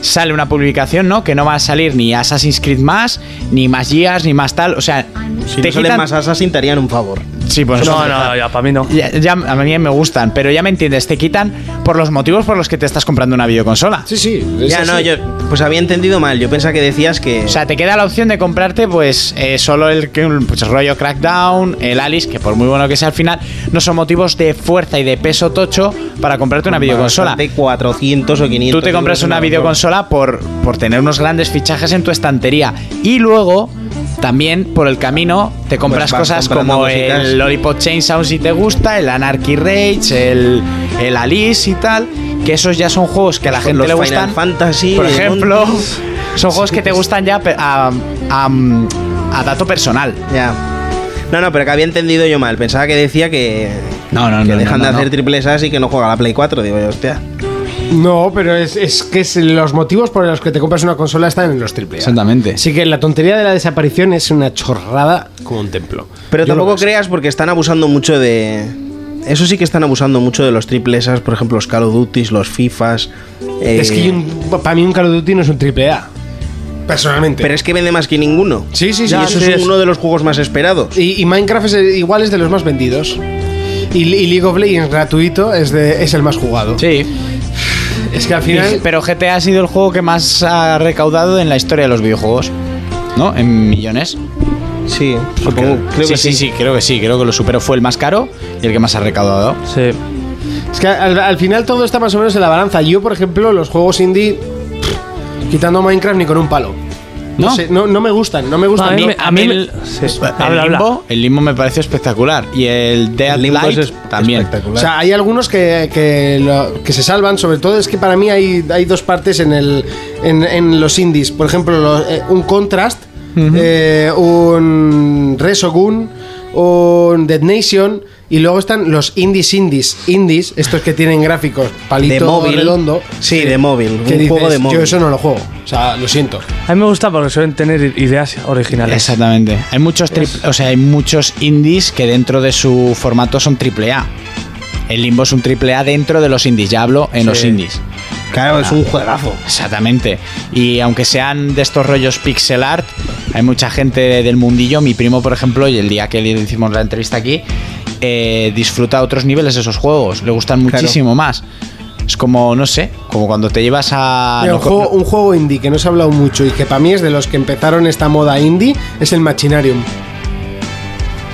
[SPEAKER 4] Sale una publicación, ¿no? Que no va a salir ni Assassin's Creed más, ni más Gears, ni más tal. O sea,
[SPEAKER 6] Si no salen más Assassin, te harían un favor.
[SPEAKER 4] Sí, pues eso
[SPEAKER 5] No,
[SPEAKER 4] es
[SPEAKER 5] no,
[SPEAKER 4] verdad.
[SPEAKER 5] ya, para mí no.
[SPEAKER 4] Ya, ya- a mí me gustan, pero ya me entiendes, te quitan por los motivos por los que te estás comprando una videoconsola.
[SPEAKER 1] Sí, sí. es
[SPEAKER 6] Ya,
[SPEAKER 1] así.
[SPEAKER 6] no, yo. Pues había entendido mal. Yo pensaba que decías que.
[SPEAKER 4] O sea, te queda la opción de comprarte, pues, eh, solo el, que- pues, el rollo Crackdown, el Alice, que por muy bueno que sea al final, no son motivos de fuerza y de peso tocho para comprarte una videoconsola.
[SPEAKER 6] De 400 o 500.
[SPEAKER 4] Tú te compras
[SPEAKER 6] euros en
[SPEAKER 4] una
[SPEAKER 6] la-
[SPEAKER 4] videoconsola por, por tener unos grandes fichajes en tu estantería. Y luego, también por el camino, te compras
[SPEAKER 6] Pues vas
[SPEAKER 4] cosas
[SPEAKER 6] comprando
[SPEAKER 4] como
[SPEAKER 6] músicas.
[SPEAKER 4] el Lollipop Chainsaw si te gusta, el Anarchy Rage, el, el Alice y tal. Que esos ya son juegos que a la gente
[SPEAKER 6] Los
[SPEAKER 4] le
[SPEAKER 6] Final
[SPEAKER 4] gustan.
[SPEAKER 6] Fantasy,
[SPEAKER 4] por
[SPEAKER 6] de
[SPEAKER 4] ejemplo,
[SPEAKER 6] montes.
[SPEAKER 4] son juegos que te gustan ya pe- a, a- a dato personal.
[SPEAKER 6] Ya. No, no, pero que había entendido yo mal. Pensaba que decía que.
[SPEAKER 4] No, no,
[SPEAKER 6] que
[SPEAKER 4] no.
[SPEAKER 6] dejan
[SPEAKER 4] no,
[SPEAKER 6] de
[SPEAKER 4] no.
[SPEAKER 6] hacer triples A y que no juega a la Play 4. Digo yo, hostia.
[SPEAKER 1] No, pero es, es que es- los motivos por los que te compras una consola están en los AAA.
[SPEAKER 4] Exactamente.
[SPEAKER 1] Así que la tontería de la desaparición es una chorrada como un templo.
[SPEAKER 6] Pero
[SPEAKER 1] Yo lo
[SPEAKER 6] tampoco
[SPEAKER 1] veo así.
[SPEAKER 6] creas porque están abusando mucho de. Eso sí que están abusando mucho de los triples A, por ejemplo, los Call of Duty, los FIFAs. eh,
[SPEAKER 1] Es que para mí un Call of Duty no es un AAA. Personalmente.
[SPEAKER 6] Pero es que vende más que ninguno.
[SPEAKER 1] sí, sí, sí.
[SPEAKER 6] y
[SPEAKER 1] sí,
[SPEAKER 6] eso
[SPEAKER 1] sí,
[SPEAKER 6] es
[SPEAKER 1] sí.
[SPEAKER 6] uno de los juegos más esperados.
[SPEAKER 1] Y, y Minecraft es el- igual es de los más vendidos. Y, y League of Legends gratuito es, de, es el más jugado.
[SPEAKER 4] Sí,
[SPEAKER 1] Es que al final.
[SPEAKER 4] pero GTA ha sido el juego que más ha recaudado en la historia de los videojuegos. ¿No? En millones.
[SPEAKER 6] Sí, supongo. Oh, Creo
[SPEAKER 4] sí,
[SPEAKER 6] que
[SPEAKER 4] sí, sí, creo que sí, creo que lo superó fue el más caro y el que más ha recaudado.
[SPEAKER 5] Sí.
[SPEAKER 1] Es que al, al final todo está más o menos en la balanza. Yo, por ejemplo, los juegos indie. pff, Quitando Minecraft ni con un palo. No,
[SPEAKER 4] ¿No?
[SPEAKER 1] sé, no, no me gustan, no me gustan.
[SPEAKER 5] A mí
[SPEAKER 1] No-
[SPEAKER 5] me- a mí me-
[SPEAKER 4] el-
[SPEAKER 5] sí.
[SPEAKER 4] el,
[SPEAKER 5] Habla, habla.
[SPEAKER 4] limbo, el Limbo me pareció espectacular y el Dead
[SPEAKER 6] El Limbo es
[SPEAKER 4] Light
[SPEAKER 6] es-
[SPEAKER 4] también.
[SPEAKER 1] O sea, hay algunos que, que lo- que se salvan, sobre todo es que para mí hay, hay dos partes en, el, en, en los indies. Por ejemplo, lo- eh, un Contrast, eh, un Resogun, un Dead Nation. Y luego están los indies indies, indies, estos que tienen gráficos palito
[SPEAKER 6] De móvil.
[SPEAKER 1] redondo.
[SPEAKER 6] Sí, de móvil,
[SPEAKER 1] que
[SPEAKER 6] un juego
[SPEAKER 1] dices,
[SPEAKER 6] de móvil.
[SPEAKER 1] Yo eso no lo juego. O sea, lo siento.
[SPEAKER 5] A mí me gusta porque suelen tener ideas originales.
[SPEAKER 4] Exactamente. Hay muchos trip- o sea, hay muchos indies que dentro de su formato son triple A. El Limbo es un triple A dentro de los indies, ya hablo en los indies.
[SPEAKER 6] Claro, es un juegazo.
[SPEAKER 4] Exactamente. Y aunque sean de estos rollos pixel art, hay mucha gente del mundillo. Mi primo, por ejemplo, y el día que le hicimos la entrevista aquí, eh, disfruta a otros niveles de esos juegos. Le gustan muchísimo más. Es como, no sé, como cuando te llevas a.
[SPEAKER 1] Mira,
[SPEAKER 4] no-
[SPEAKER 1] un, juego, Ah, un juego indie que no se ha hablado mucho y que para mí es de los que empezaron esta moda indie es el Machinarium.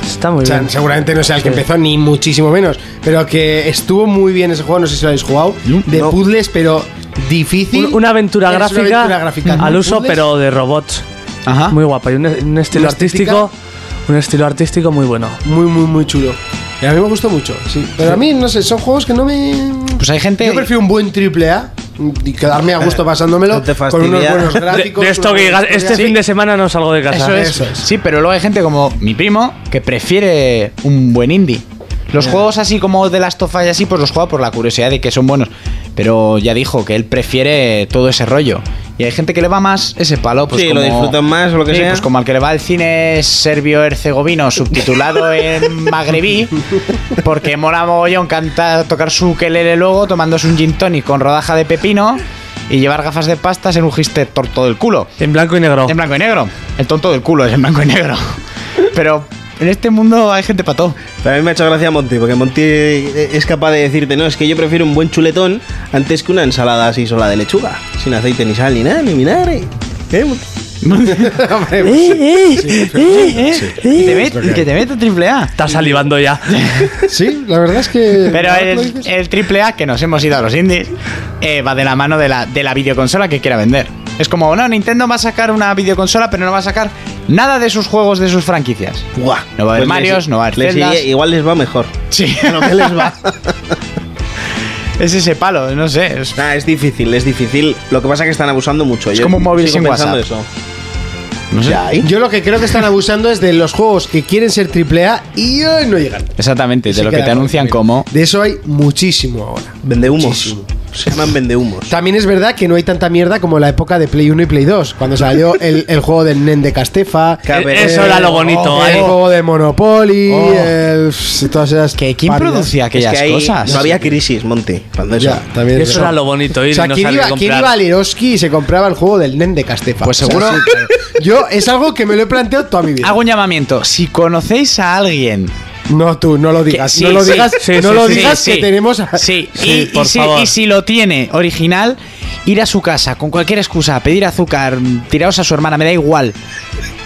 [SPEAKER 5] Está muy
[SPEAKER 1] O sea,
[SPEAKER 5] bien.
[SPEAKER 1] seguramente no sea el que
[SPEAKER 5] Mm. Sí.
[SPEAKER 1] empezó, ni muchísimo menos. Pero que estuvo muy bien ese juego, no sé si lo habéis jugado. De
[SPEAKER 6] No.
[SPEAKER 1] puzzles, pero difícil.
[SPEAKER 5] Un- una aventura
[SPEAKER 1] Es una
[SPEAKER 5] gráfica,
[SPEAKER 1] aventura gráfica.
[SPEAKER 5] al uso,
[SPEAKER 1] Puzzles.
[SPEAKER 5] pero de robots.
[SPEAKER 4] Ajá.
[SPEAKER 5] Muy guapa. Y un, un estilo
[SPEAKER 1] Una estética.
[SPEAKER 5] artístico un estilo artístico muy bueno.
[SPEAKER 1] Muy, muy, muy chulo. Y a mí me gustó mucho, sí. Pero a mí, no sé, son juegos que no me.
[SPEAKER 4] Pues hay gente.
[SPEAKER 1] Yo prefiero un buen triple A y quedarme
[SPEAKER 5] Eh,
[SPEAKER 1] a gusto pasándomelo con unos buenos gráficos.
[SPEAKER 5] De, de esto
[SPEAKER 1] una
[SPEAKER 5] que
[SPEAKER 1] buena
[SPEAKER 5] digas, este
[SPEAKER 1] historia.
[SPEAKER 5] fin de semana no salgo de casa.
[SPEAKER 4] Eso es. Sí, pero luego hay gente como mi primo que prefiere un buen indie. Los juegos así como de las tofas y así, pues los juega por la curiosidad de que son buenos. Pero ya dijo que él prefiere todo ese rollo. Y hay gente que le va más ese palo. Pues
[SPEAKER 6] Sí,
[SPEAKER 4] como,
[SPEAKER 6] lo disfrutan más o lo que
[SPEAKER 4] Sí,
[SPEAKER 6] sea.
[SPEAKER 4] Pues como al que le va al cine serbio-hercegovino subtitulado en magrebí, porque mola mogollón canta, tocar su ukelele luego, tomándose un gin tonic con rodaja de pepino y llevar gafas de pastas en un giste torto del culo.
[SPEAKER 5] En blanco y negro.
[SPEAKER 4] En blanco y negro. El tonto del culo es en blanco y negro. Pero en este mundo hay gente para todo.
[SPEAKER 6] Pero a mí me ha hecho gracia Monty, porque Monty eh, es capaz de decirte, no, es que yo prefiero un buen chuletón antes que una ensalada así sola de lechuga, sin aceite ni sal ni nada, ni vinagre. ¿Eh, Monty?
[SPEAKER 5] ¿Eh?
[SPEAKER 4] Y te met- y que te mete triple A.
[SPEAKER 5] Estás salivando ya.
[SPEAKER 1] Sí, la verdad es que.
[SPEAKER 4] Pero
[SPEAKER 1] ahora que lo
[SPEAKER 4] el,
[SPEAKER 1] dices.
[SPEAKER 4] el triple A que nos hemos ido a los indies eh, va de la mano de la, de la videoconsola que quiera vender. Es como, no, Nintendo va a sacar una videoconsola, pero no va a sacar nada de sus juegos, de sus franquicias.
[SPEAKER 6] Buah.
[SPEAKER 4] No va a haber
[SPEAKER 6] Pues les-
[SPEAKER 4] Marios, no va a haber
[SPEAKER 6] les
[SPEAKER 4] Zeldas.
[SPEAKER 6] iría- Igual les va mejor.
[SPEAKER 4] Sí,
[SPEAKER 6] A lo que les va.
[SPEAKER 4] es ese palo, no sé. Es,
[SPEAKER 6] Nah, es difícil, es difícil. Lo que pasa es que están abusando mucho.
[SPEAKER 4] Es
[SPEAKER 6] Yo
[SPEAKER 4] como un móvil
[SPEAKER 6] sigo
[SPEAKER 4] sin
[SPEAKER 6] pensando
[SPEAKER 4] WhatsApp.
[SPEAKER 6] eso.
[SPEAKER 4] no sé.
[SPEAKER 6] Ya, ¿eh?
[SPEAKER 1] Yo lo que creo que están abusando es de los juegos que quieren ser triple A y eh, no llegan.
[SPEAKER 4] Exactamente, de
[SPEAKER 1] Se
[SPEAKER 4] lo que
[SPEAKER 1] queda
[SPEAKER 4] te
[SPEAKER 1] con
[SPEAKER 4] anuncian
[SPEAKER 1] el
[SPEAKER 4] como.
[SPEAKER 1] De eso hay muchísimo ahora.
[SPEAKER 6] Vendehumos.
[SPEAKER 1] Muchísimo.
[SPEAKER 6] Se llaman vendehumos.
[SPEAKER 1] También es verdad que no hay tanta mierda como la época de Play 1 y Play 2, cuando salió el, el juego del Nen de Castefa.
[SPEAKER 4] E-,
[SPEAKER 6] Cabe-
[SPEAKER 5] Eso era lo bonito.
[SPEAKER 1] El
[SPEAKER 5] ahí.
[SPEAKER 1] juego de Monopoly,
[SPEAKER 4] ¿eh? Oh.
[SPEAKER 1] el- pff, todas esas.
[SPEAKER 4] ¿Que ¿Quién
[SPEAKER 1] paridas.
[SPEAKER 4] producía
[SPEAKER 6] Es
[SPEAKER 4] aquellas
[SPEAKER 6] que ahí
[SPEAKER 4] cosas?
[SPEAKER 6] no había crisis, Monty. Cuando eso.
[SPEAKER 1] Ya, también es
[SPEAKER 5] Eso era
[SPEAKER 1] verdad.
[SPEAKER 5] lo bonito. Ir
[SPEAKER 1] O sea,
[SPEAKER 5] y no
[SPEAKER 1] ¿quién,
[SPEAKER 5] saber
[SPEAKER 1] iba, quién
[SPEAKER 5] comprar.
[SPEAKER 1] iba al Eroski y se compraba el juego del Nen de Castefa?
[SPEAKER 4] Pues
[SPEAKER 1] O sea,
[SPEAKER 4] seguro-
[SPEAKER 1] sí, claro. Yo es algo que me lo he planteado toda mi vida.
[SPEAKER 4] Hago un llamamiento. Si conocéis a alguien
[SPEAKER 1] No, tú, no lo digas.
[SPEAKER 4] Que- sí,
[SPEAKER 1] no lo
[SPEAKER 4] sí,
[SPEAKER 1] digas,
[SPEAKER 5] sí,
[SPEAKER 1] no
[SPEAKER 5] sí,
[SPEAKER 1] lo
[SPEAKER 5] sí,
[SPEAKER 1] digas
[SPEAKER 4] sí.
[SPEAKER 1] que tenemos. a-
[SPEAKER 4] Sí, y-
[SPEAKER 5] Sí,
[SPEAKER 4] y,
[SPEAKER 5] por
[SPEAKER 4] si,
[SPEAKER 5] favor.
[SPEAKER 4] y si lo tiene original, ir a su casa con cualquier excusa, pedir azúcar, tiraos a su hermana, me da igual.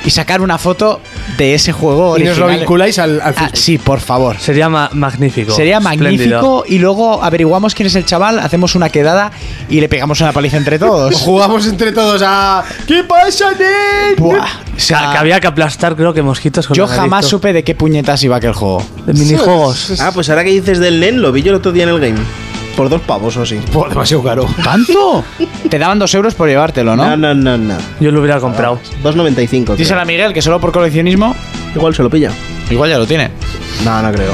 [SPEAKER 4] Y sacar una foto de ese juego
[SPEAKER 1] Y nos
[SPEAKER 4] original.
[SPEAKER 1] lo vinculáis al, al
[SPEAKER 4] Ah,
[SPEAKER 1] Facebook.
[SPEAKER 4] sí, por favor.
[SPEAKER 5] Sería ma- magnífico.
[SPEAKER 4] Sería
[SPEAKER 5] Espléndido.
[SPEAKER 4] magnífico y luego averiguamos quién es el chaval, hacemos una quedada y le pegamos una paliza entre todos.
[SPEAKER 1] Jugamos entre todos a. ¿Qué pasa, Nen?
[SPEAKER 4] Buah, o
[SPEAKER 5] Que,
[SPEAKER 4] sea,
[SPEAKER 5] que había que aplastar, creo que mosquitos con
[SPEAKER 4] yo
[SPEAKER 5] la nariz,
[SPEAKER 4] jamás
[SPEAKER 5] tú.
[SPEAKER 4] supe de qué puñetas iba aquel juego.
[SPEAKER 5] De minijuegos.
[SPEAKER 6] Ah, pues ahora que dices del NEN, lo vi yo el otro día en el game. Por dos pavos o así.
[SPEAKER 1] Buah, demasiado caro.
[SPEAKER 4] ¿Tanto? Te daban dos euros por llevártelo, ¿no?
[SPEAKER 6] No, no, no, no.
[SPEAKER 5] Yo lo hubiera comprado.
[SPEAKER 6] 2.95.
[SPEAKER 4] Díselo a Miguel que solo por coleccionismo
[SPEAKER 6] creo. Igual se lo pilla.
[SPEAKER 4] igual ya lo tiene.
[SPEAKER 6] No, no creo.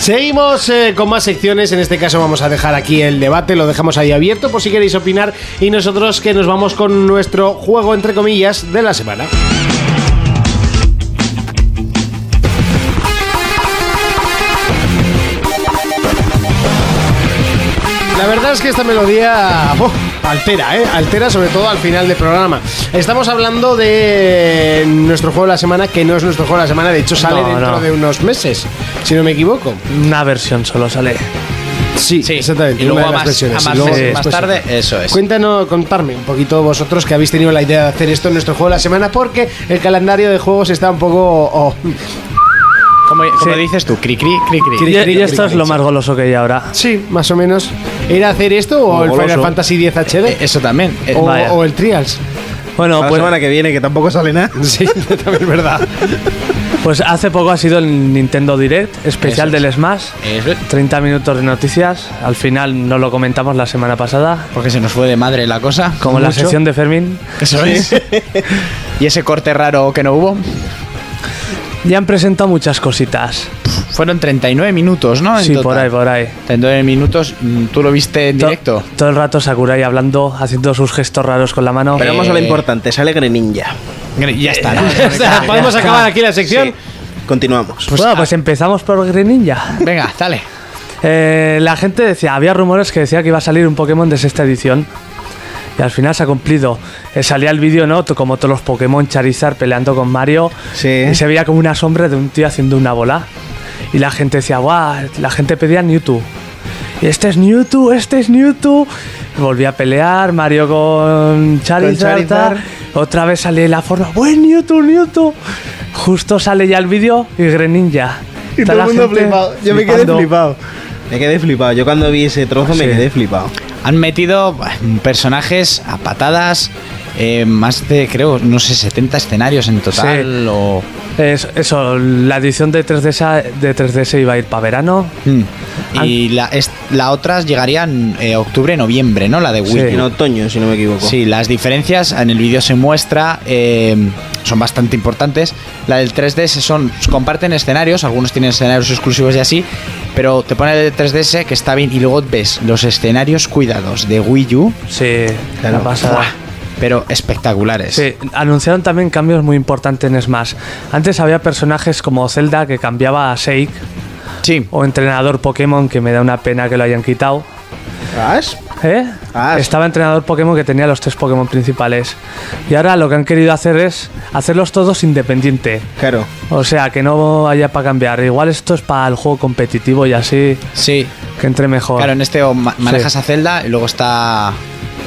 [SPEAKER 1] Seguimos eh, con más secciones. En este caso vamos a dejar aquí el debate, lo dejamos ahí abierto por si queréis opinar. Y nosotros que nos vamos con nuestro juego, entre comillas, de la semana. La verdad es que esta melodía ¡buah! altera, ¿eh? Altera sobre todo al final del programa. Estamos hablando de nuestro juego de la semana, que no es nuestro juego de la semana, de hecho sale
[SPEAKER 5] No,
[SPEAKER 1] dentro
[SPEAKER 5] no.
[SPEAKER 1] de unos meses, si no me equivoco.
[SPEAKER 5] Una versión solo sale.
[SPEAKER 1] Sí, exactamente.
[SPEAKER 4] Y luego
[SPEAKER 1] una de las
[SPEAKER 4] a más,
[SPEAKER 1] versiones,
[SPEAKER 4] a
[SPEAKER 1] y
[SPEAKER 4] más-
[SPEAKER 1] luego
[SPEAKER 5] sí,
[SPEAKER 1] después
[SPEAKER 4] más
[SPEAKER 1] otra.
[SPEAKER 4] tarde, eso es.
[SPEAKER 1] Cuéntanos, contarme un poquito vosotros que habéis tenido la idea de hacer esto en nuestro juego de la semana, porque el calendario de juegos está un poco. oh,
[SPEAKER 4] Como, como
[SPEAKER 5] Sí.
[SPEAKER 4] dices tú, cri cri cri cri.
[SPEAKER 1] Cri,
[SPEAKER 5] Y,
[SPEAKER 1] cri,
[SPEAKER 5] y esto
[SPEAKER 1] cri,
[SPEAKER 5] es
[SPEAKER 1] cri,
[SPEAKER 5] lo
[SPEAKER 1] sí.
[SPEAKER 5] más goloso que hay ahora.
[SPEAKER 1] sí, más o menos. ¿Era hacer esto o el
[SPEAKER 6] goloso.
[SPEAKER 1] Final Fantasy X HD?
[SPEAKER 4] Eh, Eso también. Eh,
[SPEAKER 1] o,
[SPEAKER 5] vaya.
[SPEAKER 1] o el Trials.
[SPEAKER 5] Bueno,
[SPEAKER 6] la
[SPEAKER 5] pues,
[SPEAKER 6] semana que viene, que tampoco sale nada.
[SPEAKER 4] Eh.
[SPEAKER 1] Sí, también es verdad.
[SPEAKER 5] pues hace poco ha sido el Nintendo Direct, especial
[SPEAKER 4] Eso es.
[SPEAKER 5] del Smash.
[SPEAKER 4] Eso es.
[SPEAKER 5] 30 minutos de noticias. Al final no lo comentamos la semana pasada.
[SPEAKER 4] Porque se nos fue de madre la cosa.
[SPEAKER 5] Como la
[SPEAKER 4] mucho.
[SPEAKER 5] sección de Fermín.
[SPEAKER 4] Eso es. y ese corte raro que no hubo.
[SPEAKER 5] Ya han presentado muchas cositas.
[SPEAKER 4] Fueron 39 minutos, ¿no? Ah, En
[SPEAKER 5] sí, por
[SPEAKER 4] total.
[SPEAKER 5] ahí, por ahí.
[SPEAKER 4] 39 minutos. mm, ¿Tú lo viste en
[SPEAKER 5] To-
[SPEAKER 4] directo?
[SPEAKER 5] Todo el rato Sakurai hablando, haciendo sus gestos raros con la mano.
[SPEAKER 6] Pero vamos a lo
[SPEAKER 4] Eh.
[SPEAKER 6] importante, sale Greninja.
[SPEAKER 5] Eh,
[SPEAKER 4] Ya está. ¿no?
[SPEAKER 1] Podemos acabar aquí la sección.
[SPEAKER 6] Continuamos.
[SPEAKER 5] Pues, bueno, pues empezamos por Greninja.
[SPEAKER 4] Venga, dale.
[SPEAKER 5] Eh, la gente decía, había rumores que decía que iba a salir un Pokémon de sexta edición. Y al final se ha cumplido. Eh, salía el vídeo, ¿no? To- Como todos los Pokémon Charizard peleando con Mario.
[SPEAKER 6] Sí.
[SPEAKER 5] Y se veía como una sombra de un tío haciendo una bola. Y la gente decía, guau, la gente pedía Mewtwo. Y este es Mewtwo, este es Mewtwo. Volví a pelear, Mario con Charizard.
[SPEAKER 6] Charizard.
[SPEAKER 5] tal. Otra vez sale la forma, buen Mewtwo, Mewtwo. Justo sale ya el vídeo y Greninja.
[SPEAKER 6] Y
[SPEAKER 5] Está
[SPEAKER 6] todo el
[SPEAKER 5] la
[SPEAKER 6] mundo
[SPEAKER 5] gente
[SPEAKER 6] flipado. Yo me quedé
[SPEAKER 5] flipando.
[SPEAKER 6] flipado. Me quedé flipado. Yo cuando vi ese trozo me
[SPEAKER 5] Sí.
[SPEAKER 6] quedé flipado.
[SPEAKER 4] Han metido bah, personajes a patadas. eh, más de, creo, no sé, 70 escenarios en total.
[SPEAKER 5] Sí.
[SPEAKER 4] O...
[SPEAKER 5] Es- eso, la edición de 3DS, de 3DS iba a ir para verano.
[SPEAKER 4] hmm. Y la, est- la otra llegaría en eh, octubre, noviembre, ¿no? La de Wii.
[SPEAKER 5] Sí.
[SPEAKER 4] U.
[SPEAKER 5] En
[SPEAKER 6] otoño, si no me equivoco.
[SPEAKER 4] Sí, las diferencias en el vídeo se muestra, eh, son bastante importantes. La del 3DS son, comparten escenarios, algunos tienen escenarios exclusivos y así, pero te pone el de 3DS que está bien y luego ves los escenarios cuidados de Wii U.
[SPEAKER 5] Sí,
[SPEAKER 4] Claro,
[SPEAKER 5] la pasada.
[SPEAKER 4] ¡buah! Pero espectaculares.
[SPEAKER 5] Sí, anunciaron también cambios muy importantes en Smash. Antes había personajes como Zelda que cambiaba a Shake.
[SPEAKER 4] Sí.
[SPEAKER 5] O entrenador Pokémon, que me da una pena que lo hayan quitado.
[SPEAKER 6] ¿Ash?
[SPEAKER 5] ¿Eh?
[SPEAKER 4] Ah,
[SPEAKER 5] Estaba entrenador Pokémon que tenía los tres Pokémon principales. Y ahora lo que han querido hacer es hacerlos todos independiente.
[SPEAKER 6] Claro.
[SPEAKER 5] O sea, que no haya para cambiar. Igual esto es para el juego competitivo y así.
[SPEAKER 4] Sí.
[SPEAKER 5] Que entre mejor.
[SPEAKER 4] Claro, en este o ma- manejas
[SPEAKER 5] Sí.
[SPEAKER 4] a Zelda y luego está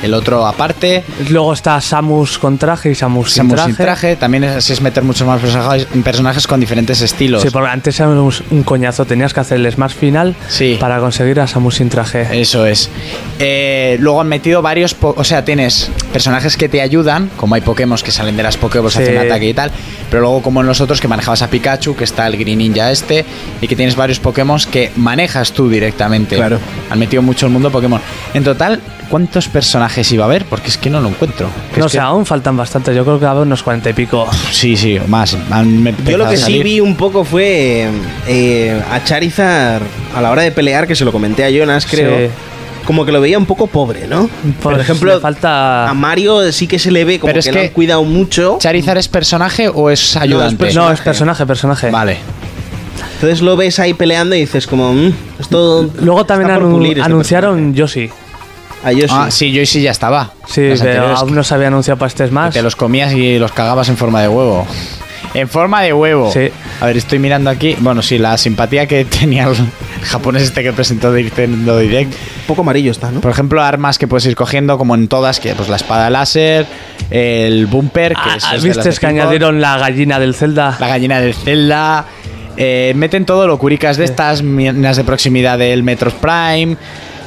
[SPEAKER 4] el otro aparte.
[SPEAKER 5] Luego está Samus con traje y Samus, sin
[SPEAKER 4] Samus
[SPEAKER 5] traje.
[SPEAKER 4] sin traje, también es, es meter muchos más personajes, personajes con diferentes estilos.
[SPEAKER 5] Sí, porque antes era un, un coñazo. Tenías que hacer el Smash final para conseguir a Samus sin traje.
[SPEAKER 4] Eso es. Eh, luego han metido varios, po- o sea, tienes personajes que te ayudan, como hay Pokémon que salen de las Pokéballs,
[SPEAKER 5] Sí.
[SPEAKER 4] hacen ataque y tal, pero luego como en los otros que manejabas a Pikachu, que está el Green Ninja este, y que tienes varios Pokémon que manejas tú directamente.
[SPEAKER 6] Claro.
[SPEAKER 4] Han metido mucho el mundo Pokémon. En total, ¿cuántos personajes iba a haber? Porque es que no lo encuentro.
[SPEAKER 5] No, o sea, aún faltan bastante. Yo creo que va a haber unos cuarenta y pico.
[SPEAKER 4] Sí, sí, más. Han empezado
[SPEAKER 6] Yo lo que
[SPEAKER 4] a
[SPEAKER 6] sí
[SPEAKER 4] salir.
[SPEAKER 6] vi un poco fue eh, a Charizard a la hora de pelear, que se lo comenté a Jonas, creo.
[SPEAKER 5] Sí.
[SPEAKER 6] Como que lo veía un poco pobre, ¿no? Por,
[SPEAKER 5] Pues
[SPEAKER 6] ejemplo,
[SPEAKER 5] le falta...
[SPEAKER 6] a Mario sí que se le ve como
[SPEAKER 4] Pero
[SPEAKER 6] que,
[SPEAKER 4] es
[SPEAKER 6] lo
[SPEAKER 4] que-
[SPEAKER 6] han cuidado mucho.
[SPEAKER 4] ¿Charizard es personaje o es ayudante?
[SPEAKER 5] No, es personaje, personaje.
[SPEAKER 4] Vale.
[SPEAKER 6] Entonces lo ves ahí peleando y dices como, "Mm, esto
[SPEAKER 5] Luego también
[SPEAKER 6] está por
[SPEAKER 5] anu-
[SPEAKER 6] pulir este
[SPEAKER 5] anunciaron Yoshi.
[SPEAKER 6] A Yoshi.
[SPEAKER 4] Ah, sí, Yoshi ya estaba.
[SPEAKER 5] Sí,
[SPEAKER 4] Las
[SPEAKER 5] pero
[SPEAKER 4] anteriores
[SPEAKER 5] aún no se había anunciado para este Smash.
[SPEAKER 4] Te los comías y los cagabas en forma de huevo. En forma de huevo.
[SPEAKER 5] Sí.
[SPEAKER 4] A ver, estoy mirando aquí. Bueno, sí, la simpatía que tenía el japonés este que presentó de Nintendo Direct.
[SPEAKER 6] Un poco amarillo está, ¿no?
[SPEAKER 4] Por ejemplo, armas que puedes ir cogiendo, como en todas, que pues la espada láser, el bumper, que es
[SPEAKER 5] Ah,
[SPEAKER 4] es de las
[SPEAKER 5] ¿Viste
[SPEAKER 4] de
[SPEAKER 5] que
[SPEAKER 4] ping-pong,
[SPEAKER 5] añadieron la gallina del Zelda?
[SPEAKER 4] la gallina del Zelda. eh, meten todo lo curicas de estas, minas de proximidad del Metro Prime.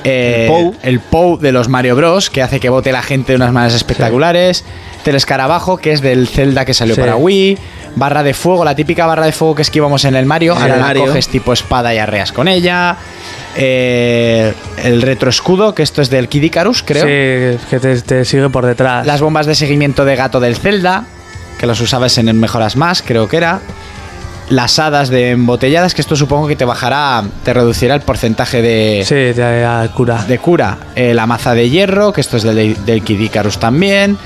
[SPEAKER 4] eh,
[SPEAKER 6] El Pou.
[SPEAKER 4] el Pou de los Mario Bros. que hace que vote la gente de unas maneras espectaculares. Del escarabajo, que es del Zelda que salió
[SPEAKER 5] Sí.
[SPEAKER 4] para Wii. Barra de fuego, la típica barra de fuego que esquivamos en el Mario.
[SPEAKER 6] En
[SPEAKER 4] Ahora
[SPEAKER 6] el
[SPEAKER 4] la
[SPEAKER 6] Mario.
[SPEAKER 4] coges tipo espada y arreas con ella. eh, el retroescudo, que esto es del Kid Icarus, creo.
[SPEAKER 5] Sí, que te, te sigue por detrás.
[SPEAKER 4] Las bombas de seguimiento de gato del Zelda, que los usabas en el Mejoras Más, creo que era. Las hadas de embotelladas, que esto supongo que te bajará, te reducirá el porcentaje de,
[SPEAKER 5] Sí, de, de cura.
[SPEAKER 4] de cura. Eh, la maza de hierro, que esto es del, del Kid Icarus también.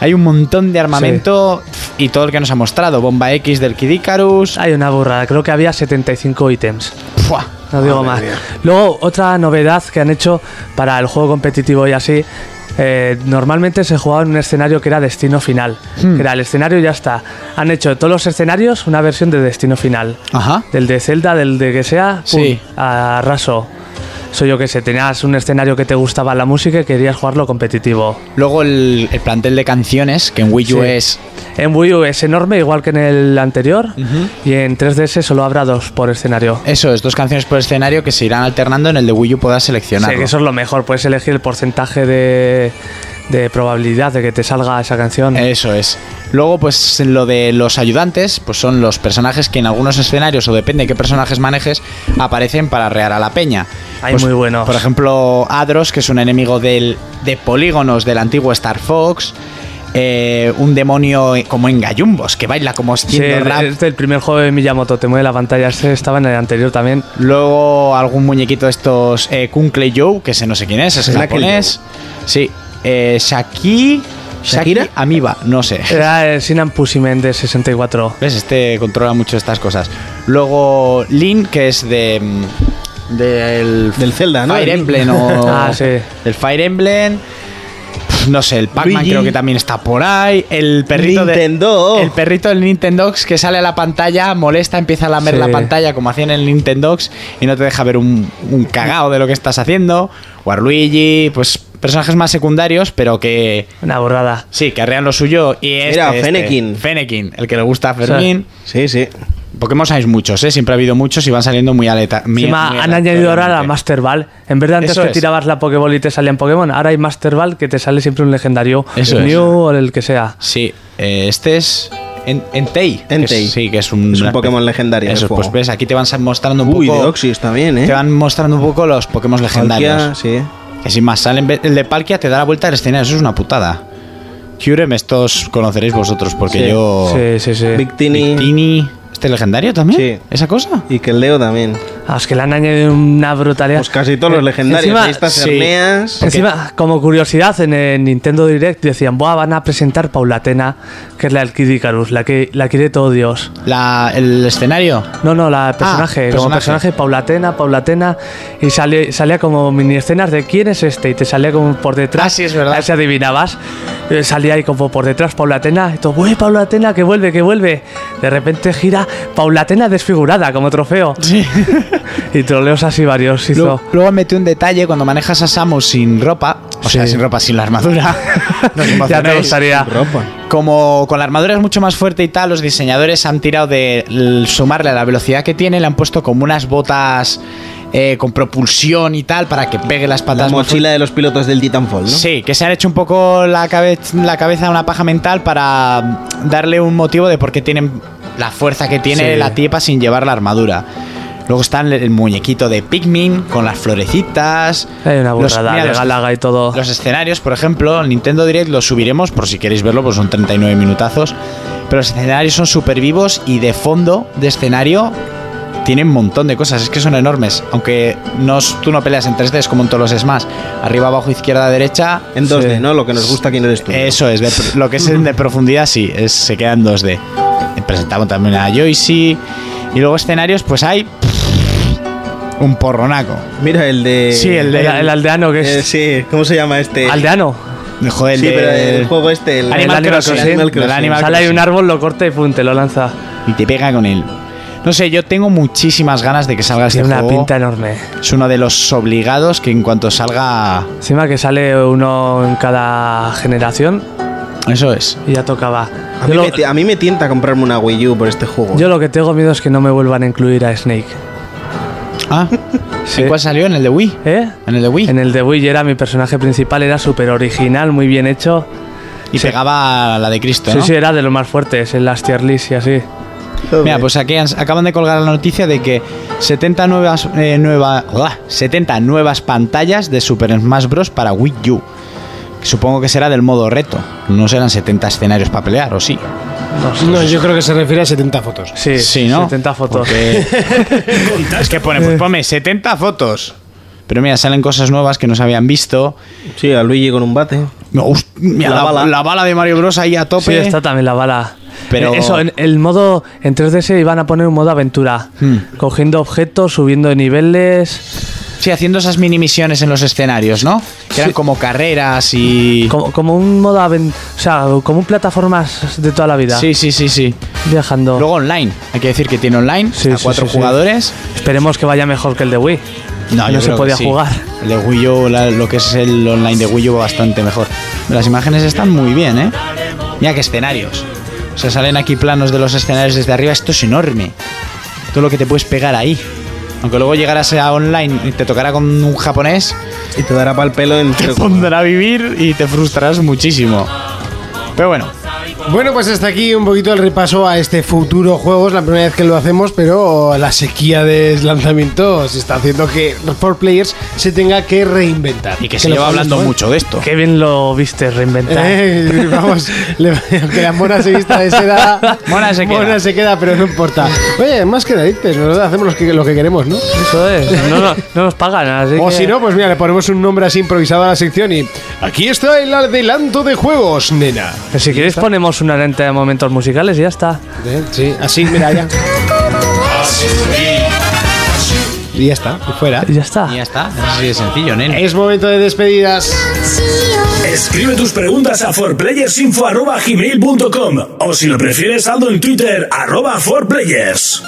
[SPEAKER 4] Hay un montón de armamento y todo el que nos ha mostrado. Bomba X del Kid Icarus.
[SPEAKER 5] Hay una burrada, creo que había 75 ítems.
[SPEAKER 4] ¡Fua!
[SPEAKER 5] No digo
[SPEAKER 6] Madre
[SPEAKER 5] más.
[SPEAKER 6] mía.
[SPEAKER 5] Luego, otra novedad que han hecho para el juego competitivo y así. eh, normalmente se jugaba en un escenario que era destino final. Que era el escenario y ya está. Han hecho de todos los escenarios una versión de destino final.
[SPEAKER 4] Ajá.
[SPEAKER 5] Del de Zelda, del de que sea, pum,
[SPEAKER 4] Sí.
[SPEAKER 5] a raso. Soy yo que sé, tenías un escenario que te gustaba la música y querías jugarlo competitivo.
[SPEAKER 4] Luego el, el plantel de canciones, que en Wii U
[SPEAKER 5] Sí.
[SPEAKER 4] es
[SPEAKER 5] En Wii U es enorme, igual que en el anterior. Y en 3DS solo habrá dos por escenario.
[SPEAKER 4] eso, es dos canciones por escenario que se irán alternando en el de Wii U podrás
[SPEAKER 5] Sí,
[SPEAKER 4] seleccionar.
[SPEAKER 5] que eso es lo mejor, puedes elegir el porcentaje de, de probabilidad de que te salga esa canción.
[SPEAKER 4] Eso es. Luego, pues lo de los ayudantes, pues son los personajes que en algunos escenarios, o depende de qué personajes manejes, aparecen para rear a la peña.
[SPEAKER 5] Hay
[SPEAKER 4] Pues,
[SPEAKER 5] muy buenos.
[SPEAKER 4] Por ejemplo, Adros, que es un enemigo del, de polígonos del antiguo Star Fox. eh, un demonio como en gallumbos, que baila como
[SPEAKER 5] Sí,
[SPEAKER 4] haciendo rap.
[SPEAKER 5] este es el primer juego de Miyamoto, te mueve la pantalla, este estaba en el anterior también.
[SPEAKER 4] Luego algún muñequito de estos, eh, Kunkle Joe, que ese no sé quién es, es
[SPEAKER 6] Kunkle
[SPEAKER 4] japonés. Sí. Eh, Shaki...
[SPEAKER 6] ¿Shakira?
[SPEAKER 4] Shaki Amiba, no sé.
[SPEAKER 5] Era el Sinan Pushimen de 64.
[SPEAKER 4] ¿Ves? Este controla mucho estas cosas. Luego Lin, que es de. mm, Del,
[SPEAKER 6] Del Zelda, Ah, ¿no?
[SPEAKER 4] Fire
[SPEAKER 6] El-
[SPEAKER 4] Emblem o.
[SPEAKER 5] Ah, sí.
[SPEAKER 4] Del Fire Emblem. Pf, No sé, el Pac-Man
[SPEAKER 6] Luigi.
[SPEAKER 4] creo que también está por ahí. El perrito de-
[SPEAKER 6] Nintendo.
[SPEAKER 4] el perrito del Nintendox que sale a la pantalla, molesta, empieza a lamer
[SPEAKER 5] Sí.
[SPEAKER 4] la pantalla como hacían en el Nintendox y no te deja ver un, un cagao de lo que estás haciendo. Waluigi, pues personajes más secundarios, pero que.
[SPEAKER 5] Una borrada.
[SPEAKER 4] Sí, que arrean lo suyo. Y este,
[SPEAKER 6] Mira,
[SPEAKER 4] este,
[SPEAKER 6] Fennekin.
[SPEAKER 4] Fennekin, el que le gusta a Fermín.
[SPEAKER 6] Sí, sí.
[SPEAKER 4] Pokémon hay muchos, ¿eh? Siempre ha habido muchos y van saliendo muy aleta. muy-
[SPEAKER 5] Encima
[SPEAKER 4] muy
[SPEAKER 5] han añadido ahora la
[SPEAKER 4] aleatoriamente.
[SPEAKER 5] Master Ball. En vez de antes
[SPEAKER 4] Eso
[SPEAKER 5] que
[SPEAKER 4] es.
[SPEAKER 5] tirabas la Pokéball y te salían Pokémon, ahora hay Master Ball que te sale siempre un legendario
[SPEAKER 4] Eso
[SPEAKER 5] el
[SPEAKER 4] es.
[SPEAKER 5] Mew o el que sea.
[SPEAKER 4] Sí, eh, este es en- Entei. que es-
[SPEAKER 5] Entei.
[SPEAKER 4] sí, que es un,
[SPEAKER 6] Es un Pokémon legendario de
[SPEAKER 4] Eso,
[SPEAKER 6] fuego.
[SPEAKER 4] pues ves, aquí te van mostrando un
[SPEAKER 6] Uy,
[SPEAKER 4] poco.
[SPEAKER 6] Deoxys también, ¿eh?
[SPEAKER 4] Te van mostrando un poco los Pokémon legendarios.
[SPEAKER 6] sí.
[SPEAKER 4] Que sin más salen. El de Palkia te da la vuelta al escenario, eso es una putada. Kyurem, estos conoceréis vosotros, porque
[SPEAKER 6] Sí.
[SPEAKER 4] yo.
[SPEAKER 5] Sí, sí, sí.
[SPEAKER 6] Victini.
[SPEAKER 4] Victini. ¿Este legendario también?
[SPEAKER 6] Sí.
[SPEAKER 4] ¿Esa cosa?
[SPEAKER 6] Y que el Leo también.
[SPEAKER 5] Ah, es que le han añadido una brutalidad. Eh,
[SPEAKER 6] Pues casi
[SPEAKER 4] Eh,
[SPEAKER 6] todos los legendarios. Ahí está Cerneas.
[SPEAKER 5] Encima, como curiosidad, en el Nintendo Direct decían, Buah, van a presentar Paulatena, que es la del Kid Icarus, la que la quiere todo Dios.
[SPEAKER 4] La, ¿El escenario?
[SPEAKER 5] No, no, la personaje, como
[SPEAKER 4] Ah, personaje.
[SPEAKER 5] personaje, Paulatena, Paulatena, y salía, salía como mini escenas de quién es este, y te salía como por detrás. Así
[SPEAKER 4] Ah, es verdad.
[SPEAKER 5] se adivinabas. Eh, salía ahí como por detrás Paulatena, y todo, "Uy, Paulatena, que vuelve, que vuelve! De repente gira Paulatena desfigurada como trofeo.
[SPEAKER 4] Sí.
[SPEAKER 5] y troleos así varios hizo.
[SPEAKER 4] Luego, luego metí un detalle cuando manejas a Samus sin ropa, o sea,
[SPEAKER 5] Sí.
[SPEAKER 4] sin ropa, sin la armadura. Nos
[SPEAKER 5] ya te
[SPEAKER 4] emocionáis.
[SPEAKER 5] gustaría.
[SPEAKER 4] Como con la armadura es mucho más fuerte y tal, los diseñadores han tirado de l- sumarle a la velocidad que tiene, le han puesto como unas botas eh, con propulsión y tal para que pegue las
[SPEAKER 6] La
[SPEAKER 4] patas. más
[SPEAKER 6] mochila de los pilotos del Titanfall, ¿no?
[SPEAKER 4] Sí, que se han hecho un poco la, cabe- la cabeza una paja mental para darle un motivo de por qué tienen la fuerza que tiene
[SPEAKER 5] Sí.
[SPEAKER 4] la tiepa sin llevar la armadura. Luego están el muñequito de Pikmin con las florecitas.
[SPEAKER 5] Hay una
[SPEAKER 4] Los-
[SPEAKER 5] burrada
[SPEAKER 4] mira,
[SPEAKER 5] de
[SPEAKER 4] los-
[SPEAKER 5] Galaga y todo.
[SPEAKER 4] Los escenarios, por ejemplo, el Nintendo Direct los subiremos por si queréis verlo, pues son 39 minutazos. Pero los escenarios son súper vivos y de fondo de escenario tienen un montón de cosas, es que son enormes. Aunque no, es- tú no peleas en 3D, es como en todos los Smash. Arriba, abajo, izquierda, derecha.
[SPEAKER 6] En 2D, ¿no? Lo que nos gusta aquí en el estudio.
[SPEAKER 4] Eso es, de- lo que es en de profundidad sí, es- se queda en 2D. Presentamos también a Joycey. Y luego escenarios, pues hay pff, un porronaco.
[SPEAKER 6] Mira el de.
[SPEAKER 4] Sí, el de- El- el
[SPEAKER 5] aldeano que es-
[SPEAKER 6] Eh, sí, ¿cómo se llama este?
[SPEAKER 5] Aldeano.
[SPEAKER 4] Joder, el
[SPEAKER 6] sí,
[SPEAKER 4] de-
[SPEAKER 6] pero el juego este. El
[SPEAKER 4] Animal
[SPEAKER 6] el
[SPEAKER 4] Crossing. ¿eh?
[SPEAKER 6] el Animal
[SPEAKER 4] Del
[SPEAKER 6] Crossing.
[SPEAKER 4] Animal
[SPEAKER 5] Sale ahí
[SPEAKER 4] Crossing.
[SPEAKER 5] un árbol, lo corta y pum, te lo lanza.
[SPEAKER 4] y te pega con él. No sé, yo tengo muchísimas ganas de que salga este
[SPEAKER 5] Tiene una
[SPEAKER 4] juego.
[SPEAKER 5] pinta enorme.
[SPEAKER 4] Es uno de los obligados que en cuanto salga...
[SPEAKER 5] Encima que sale uno en cada generación
[SPEAKER 4] Eso es.
[SPEAKER 5] y ya tocaba.
[SPEAKER 6] A
[SPEAKER 5] Yo
[SPEAKER 6] mí,
[SPEAKER 5] lo,
[SPEAKER 6] me, ti- a mí me tienta comprarme una Wii U por este juego.
[SPEAKER 5] yo lo que tengo miedo es que no me vuelvan a incluir a Snake.
[SPEAKER 4] Ah, ¿en cuál salió? ¿En el de Wii?
[SPEAKER 5] ¿Eh?
[SPEAKER 4] ¿En el de Wii?
[SPEAKER 5] En el de Wii era mi personaje principal, era súper original, muy bien hecho.
[SPEAKER 4] Y pegaba a la de Cristo,
[SPEAKER 5] Sí,
[SPEAKER 4] ¿no?
[SPEAKER 5] sí, era de los más fuertes en las tier lists y así.
[SPEAKER 4] Mira, pues aquí han- acaban de colgar la noticia de que 70 nuevas, eh, nueva- ¡buah! 70 nuevas pantallas de Super Smash Bros. para Wii U. Supongo que será del modo reto. No serán 70 escenarios para pelear, ¿o sí?
[SPEAKER 11] No, yo creo que se refiere a 70 fotos.
[SPEAKER 5] Sí,
[SPEAKER 4] Sí, ¿no?
[SPEAKER 5] 70 fotos.
[SPEAKER 4] Porque- es que pone, pues ponme 70 fotos. Pero mira, salen cosas nuevas que no se habían visto.
[SPEAKER 6] Sí, a Luigi con un bate.
[SPEAKER 4] No, hust- mira,
[SPEAKER 6] La
[SPEAKER 4] la, la
[SPEAKER 6] bala.
[SPEAKER 4] bala. de Mario Bros. ahí a tope.
[SPEAKER 5] Sí, está también la bala.
[SPEAKER 4] Pero-
[SPEAKER 5] Eh, Eso, en el modo. En 3DS iban a poner un modo aventura.
[SPEAKER 4] Hmm.
[SPEAKER 5] Cogiendo objetos, subiendo de niveles.
[SPEAKER 4] Sí, haciendo esas mini misiones en los escenarios, ¿no? Que eran
[SPEAKER 5] Sí.
[SPEAKER 4] como carreras y...
[SPEAKER 5] Como, como un modo aven- O sea, como un plataformas de toda la vida.
[SPEAKER 4] Sí, sí, sí, sí.
[SPEAKER 5] Viajando.
[SPEAKER 4] Luego online. Hay que decir que tiene online
[SPEAKER 5] Sí,
[SPEAKER 4] a
[SPEAKER 5] sí,
[SPEAKER 4] cuatro
[SPEAKER 5] sí, sí.
[SPEAKER 4] jugadores.
[SPEAKER 5] Esperemos que vaya mejor que el de Wii. No
[SPEAKER 4] yo
[SPEAKER 5] se
[SPEAKER 4] creo que
[SPEAKER 5] podía
[SPEAKER 4] sí.
[SPEAKER 5] jugar.
[SPEAKER 4] El de Wii U, la- lo que es el online de Wii U, va bastante mejor. Las imágenes están muy bien, ¿eh? Mira qué escenarios. O sea, salen aquí planos de los escenarios desde arriba. Esto es enorme. Todo lo que te puedes pegar ahí. Aunque luego llegarás a online y te tocará con un japonés,
[SPEAKER 6] Y te dará pal pelo en.
[SPEAKER 4] te pondrá a vivir y te frustrarás muchísimo. Pero bueno,
[SPEAKER 11] Bueno, pues hasta aquí un poquito el repaso a este futuro juegos. La primera vez que lo hacemos, pero la sequía de lanzamientos está haciendo que los 4Players se tenga que reinventar.
[SPEAKER 4] y que se
[SPEAKER 11] lo
[SPEAKER 4] lleva
[SPEAKER 11] podemos
[SPEAKER 4] hablando
[SPEAKER 11] poner.
[SPEAKER 4] mucho de esto.
[SPEAKER 5] Qué bien lo viste reinventar.
[SPEAKER 11] Eh, vamos, le- aunque la mona se vista de seda,
[SPEAKER 4] Mona se queda.
[SPEAKER 11] mona se queda, pero no importa. Oye, más que narices, ¿verdad? Hacemos lo que, lo que queremos, ¿no?
[SPEAKER 5] Eso es. No, no- no nos pagan, así
[SPEAKER 11] O
[SPEAKER 5] que-
[SPEAKER 11] si no, pues mira, le ponemos un nombre así improvisado a la sección y aquí está el adelanto de juegos, nena.
[SPEAKER 5] que si queréis ponemos una lente de momentos musicales y ya está.
[SPEAKER 11] Eh, Sí, así, mira ya. Y ya está, y fuera.
[SPEAKER 5] Y ya está.
[SPEAKER 4] Y ya está. Así de sencillo, nene.
[SPEAKER 11] Es momento de despedidas.
[SPEAKER 12] Escribe tus preguntas a forplayersinfo@gmail.com o si lo prefieres saldo en Twitter arroba forplayers.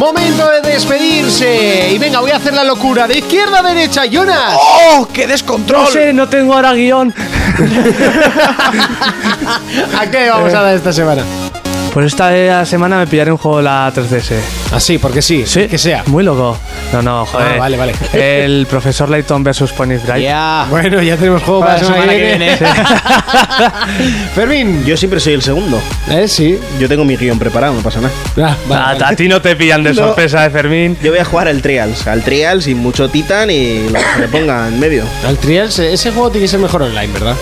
[SPEAKER 11] Momento de despedirse. Y venga, voy a hacer la locura. De izquierda a derecha, Jonas.
[SPEAKER 4] ¡Oh, qué descontrol!
[SPEAKER 5] No sé, no tengo ahora guión.
[SPEAKER 11] ¿A qué vamos a dar esta semana?
[SPEAKER 5] Pues esta eh, semana me pillaré un juego de la 3DS.
[SPEAKER 1] Así, porque sí,
[SPEAKER 5] que sea. Muy loco. No, no, joder.
[SPEAKER 1] Ah, vale, vale.
[SPEAKER 5] El profesor Layton versus Pony Drive.
[SPEAKER 1] Bueno, ya tenemos juego para, la semana, que viene. Fermín.
[SPEAKER 6] Yo siempre soy el segundo.
[SPEAKER 1] Eh, sí.
[SPEAKER 6] Yo tengo mi guión preparado, no pasa nada.
[SPEAKER 5] Ah, A ti no te pillan de
[SPEAKER 6] No.
[SPEAKER 5] sorpresa, eh, Fermín.
[SPEAKER 6] Yo voy a jugar al Trials. Al Trials y mucho Titan y lo que se le ponga en medio.
[SPEAKER 1] Al Trials, ese juego tiene que ser mejor online, ¿verdad?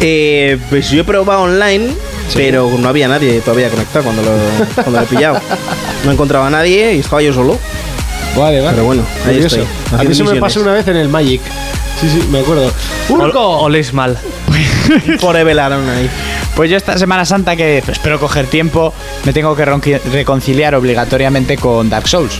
[SPEAKER 6] Eh, pues yo he probado online, pero no había nadie todavía conectado cuando lo, cuando lo he pillado. No encontraba a nadie y estaba yo solo.
[SPEAKER 1] Vale, vale.
[SPEAKER 6] Pero bueno, ahí
[SPEAKER 1] Curioso.
[SPEAKER 6] estoy.
[SPEAKER 1] A mí
[SPEAKER 6] haciendo
[SPEAKER 1] eso me
[SPEAKER 6] misiones.
[SPEAKER 1] pasó una vez en el Magic. Sí, sí, me acuerdo.
[SPEAKER 5] Urco. Oléis mal.
[SPEAKER 6] Forever Alone ahí.
[SPEAKER 4] Pues yo esta Semana Santa que pues, espero coger tiempo, me tengo que ronqui- reconciliar obligatoriamente con Dark Souls.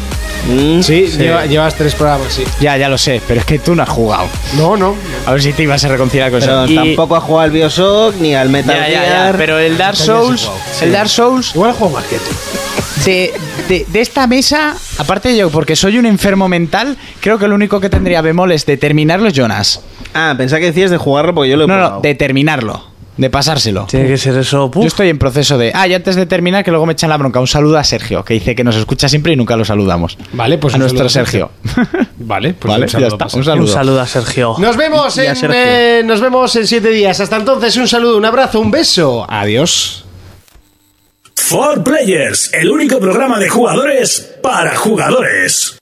[SPEAKER 1] Mm, sí,
[SPEAKER 4] sí.
[SPEAKER 1] lleva- llevas tres programas, sí.
[SPEAKER 4] Ya, ya lo sé, pero es que tú no has jugado.
[SPEAKER 1] No, no.
[SPEAKER 4] A ver si te ibas a reconciliar con
[SPEAKER 6] Pero
[SPEAKER 4] eso. Y-
[SPEAKER 6] tampoco ha jugado al Bioshock ni al Metal
[SPEAKER 4] Ya, ya, ya,
[SPEAKER 6] Gear.
[SPEAKER 4] pero el Dark
[SPEAKER 6] Metal Gear sí he
[SPEAKER 4] Souls,
[SPEAKER 6] jugado, sí.
[SPEAKER 4] el Dark Souls
[SPEAKER 1] Igual juego más que tú.
[SPEAKER 4] de, de- de esta mesa, aparte yo, porque soy un enfermo mental, creo que lo único que tendría bemoles de terminarlo es Jonas.
[SPEAKER 6] Ah, pensaba que decías de jugarlo porque yo lo he
[SPEAKER 4] No,
[SPEAKER 6] probado.
[SPEAKER 4] no, de terminarlo, de pasárselo.
[SPEAKER 5] Tiene que ser eso.
[SPEAKER 4] Yo estoy en proceso de. Ah, y antes de terminar, que luego me echan la bronca. Un saludo a Sergio, que dice que nos escucha siempre y nunca lo saludamos.
[SPEAKER 1] Vale, pues
[SPEAKER 4] A
[SPEAKER 1] un
[SPEAKER 4] nuestro
[SPEAKER 1] saludo a
[SPEAKER 4] Sergio.
[SPEAKER 1] Vale, pues
[SPEAKER 4] Vale,
[SPEAKER 1] un
[SPEAKER 4] ya
[SPEAKER 1] saludo
[SPEAKER 4] está,
[SPEAKER 1] para
[SPEAKER 4] un
[SPEAKER 1] Sergio.
[SPEAKER 4] saludo.
[SPEAKER 5] Un saludo a Sergio.
[SPEAKER 1] Nos vemos,
[SPEAKER 5] Y a
[SPEAKER 1] en,
[SPEAKER 5] Sergio.
[SPEAKER 1] eh, nos vemos en siete días. Hasta entonces, un saludo, un abrazo, un beso. Adiós.
[SPEAKER 2] For Players, el único programa de jugadores para jugadores.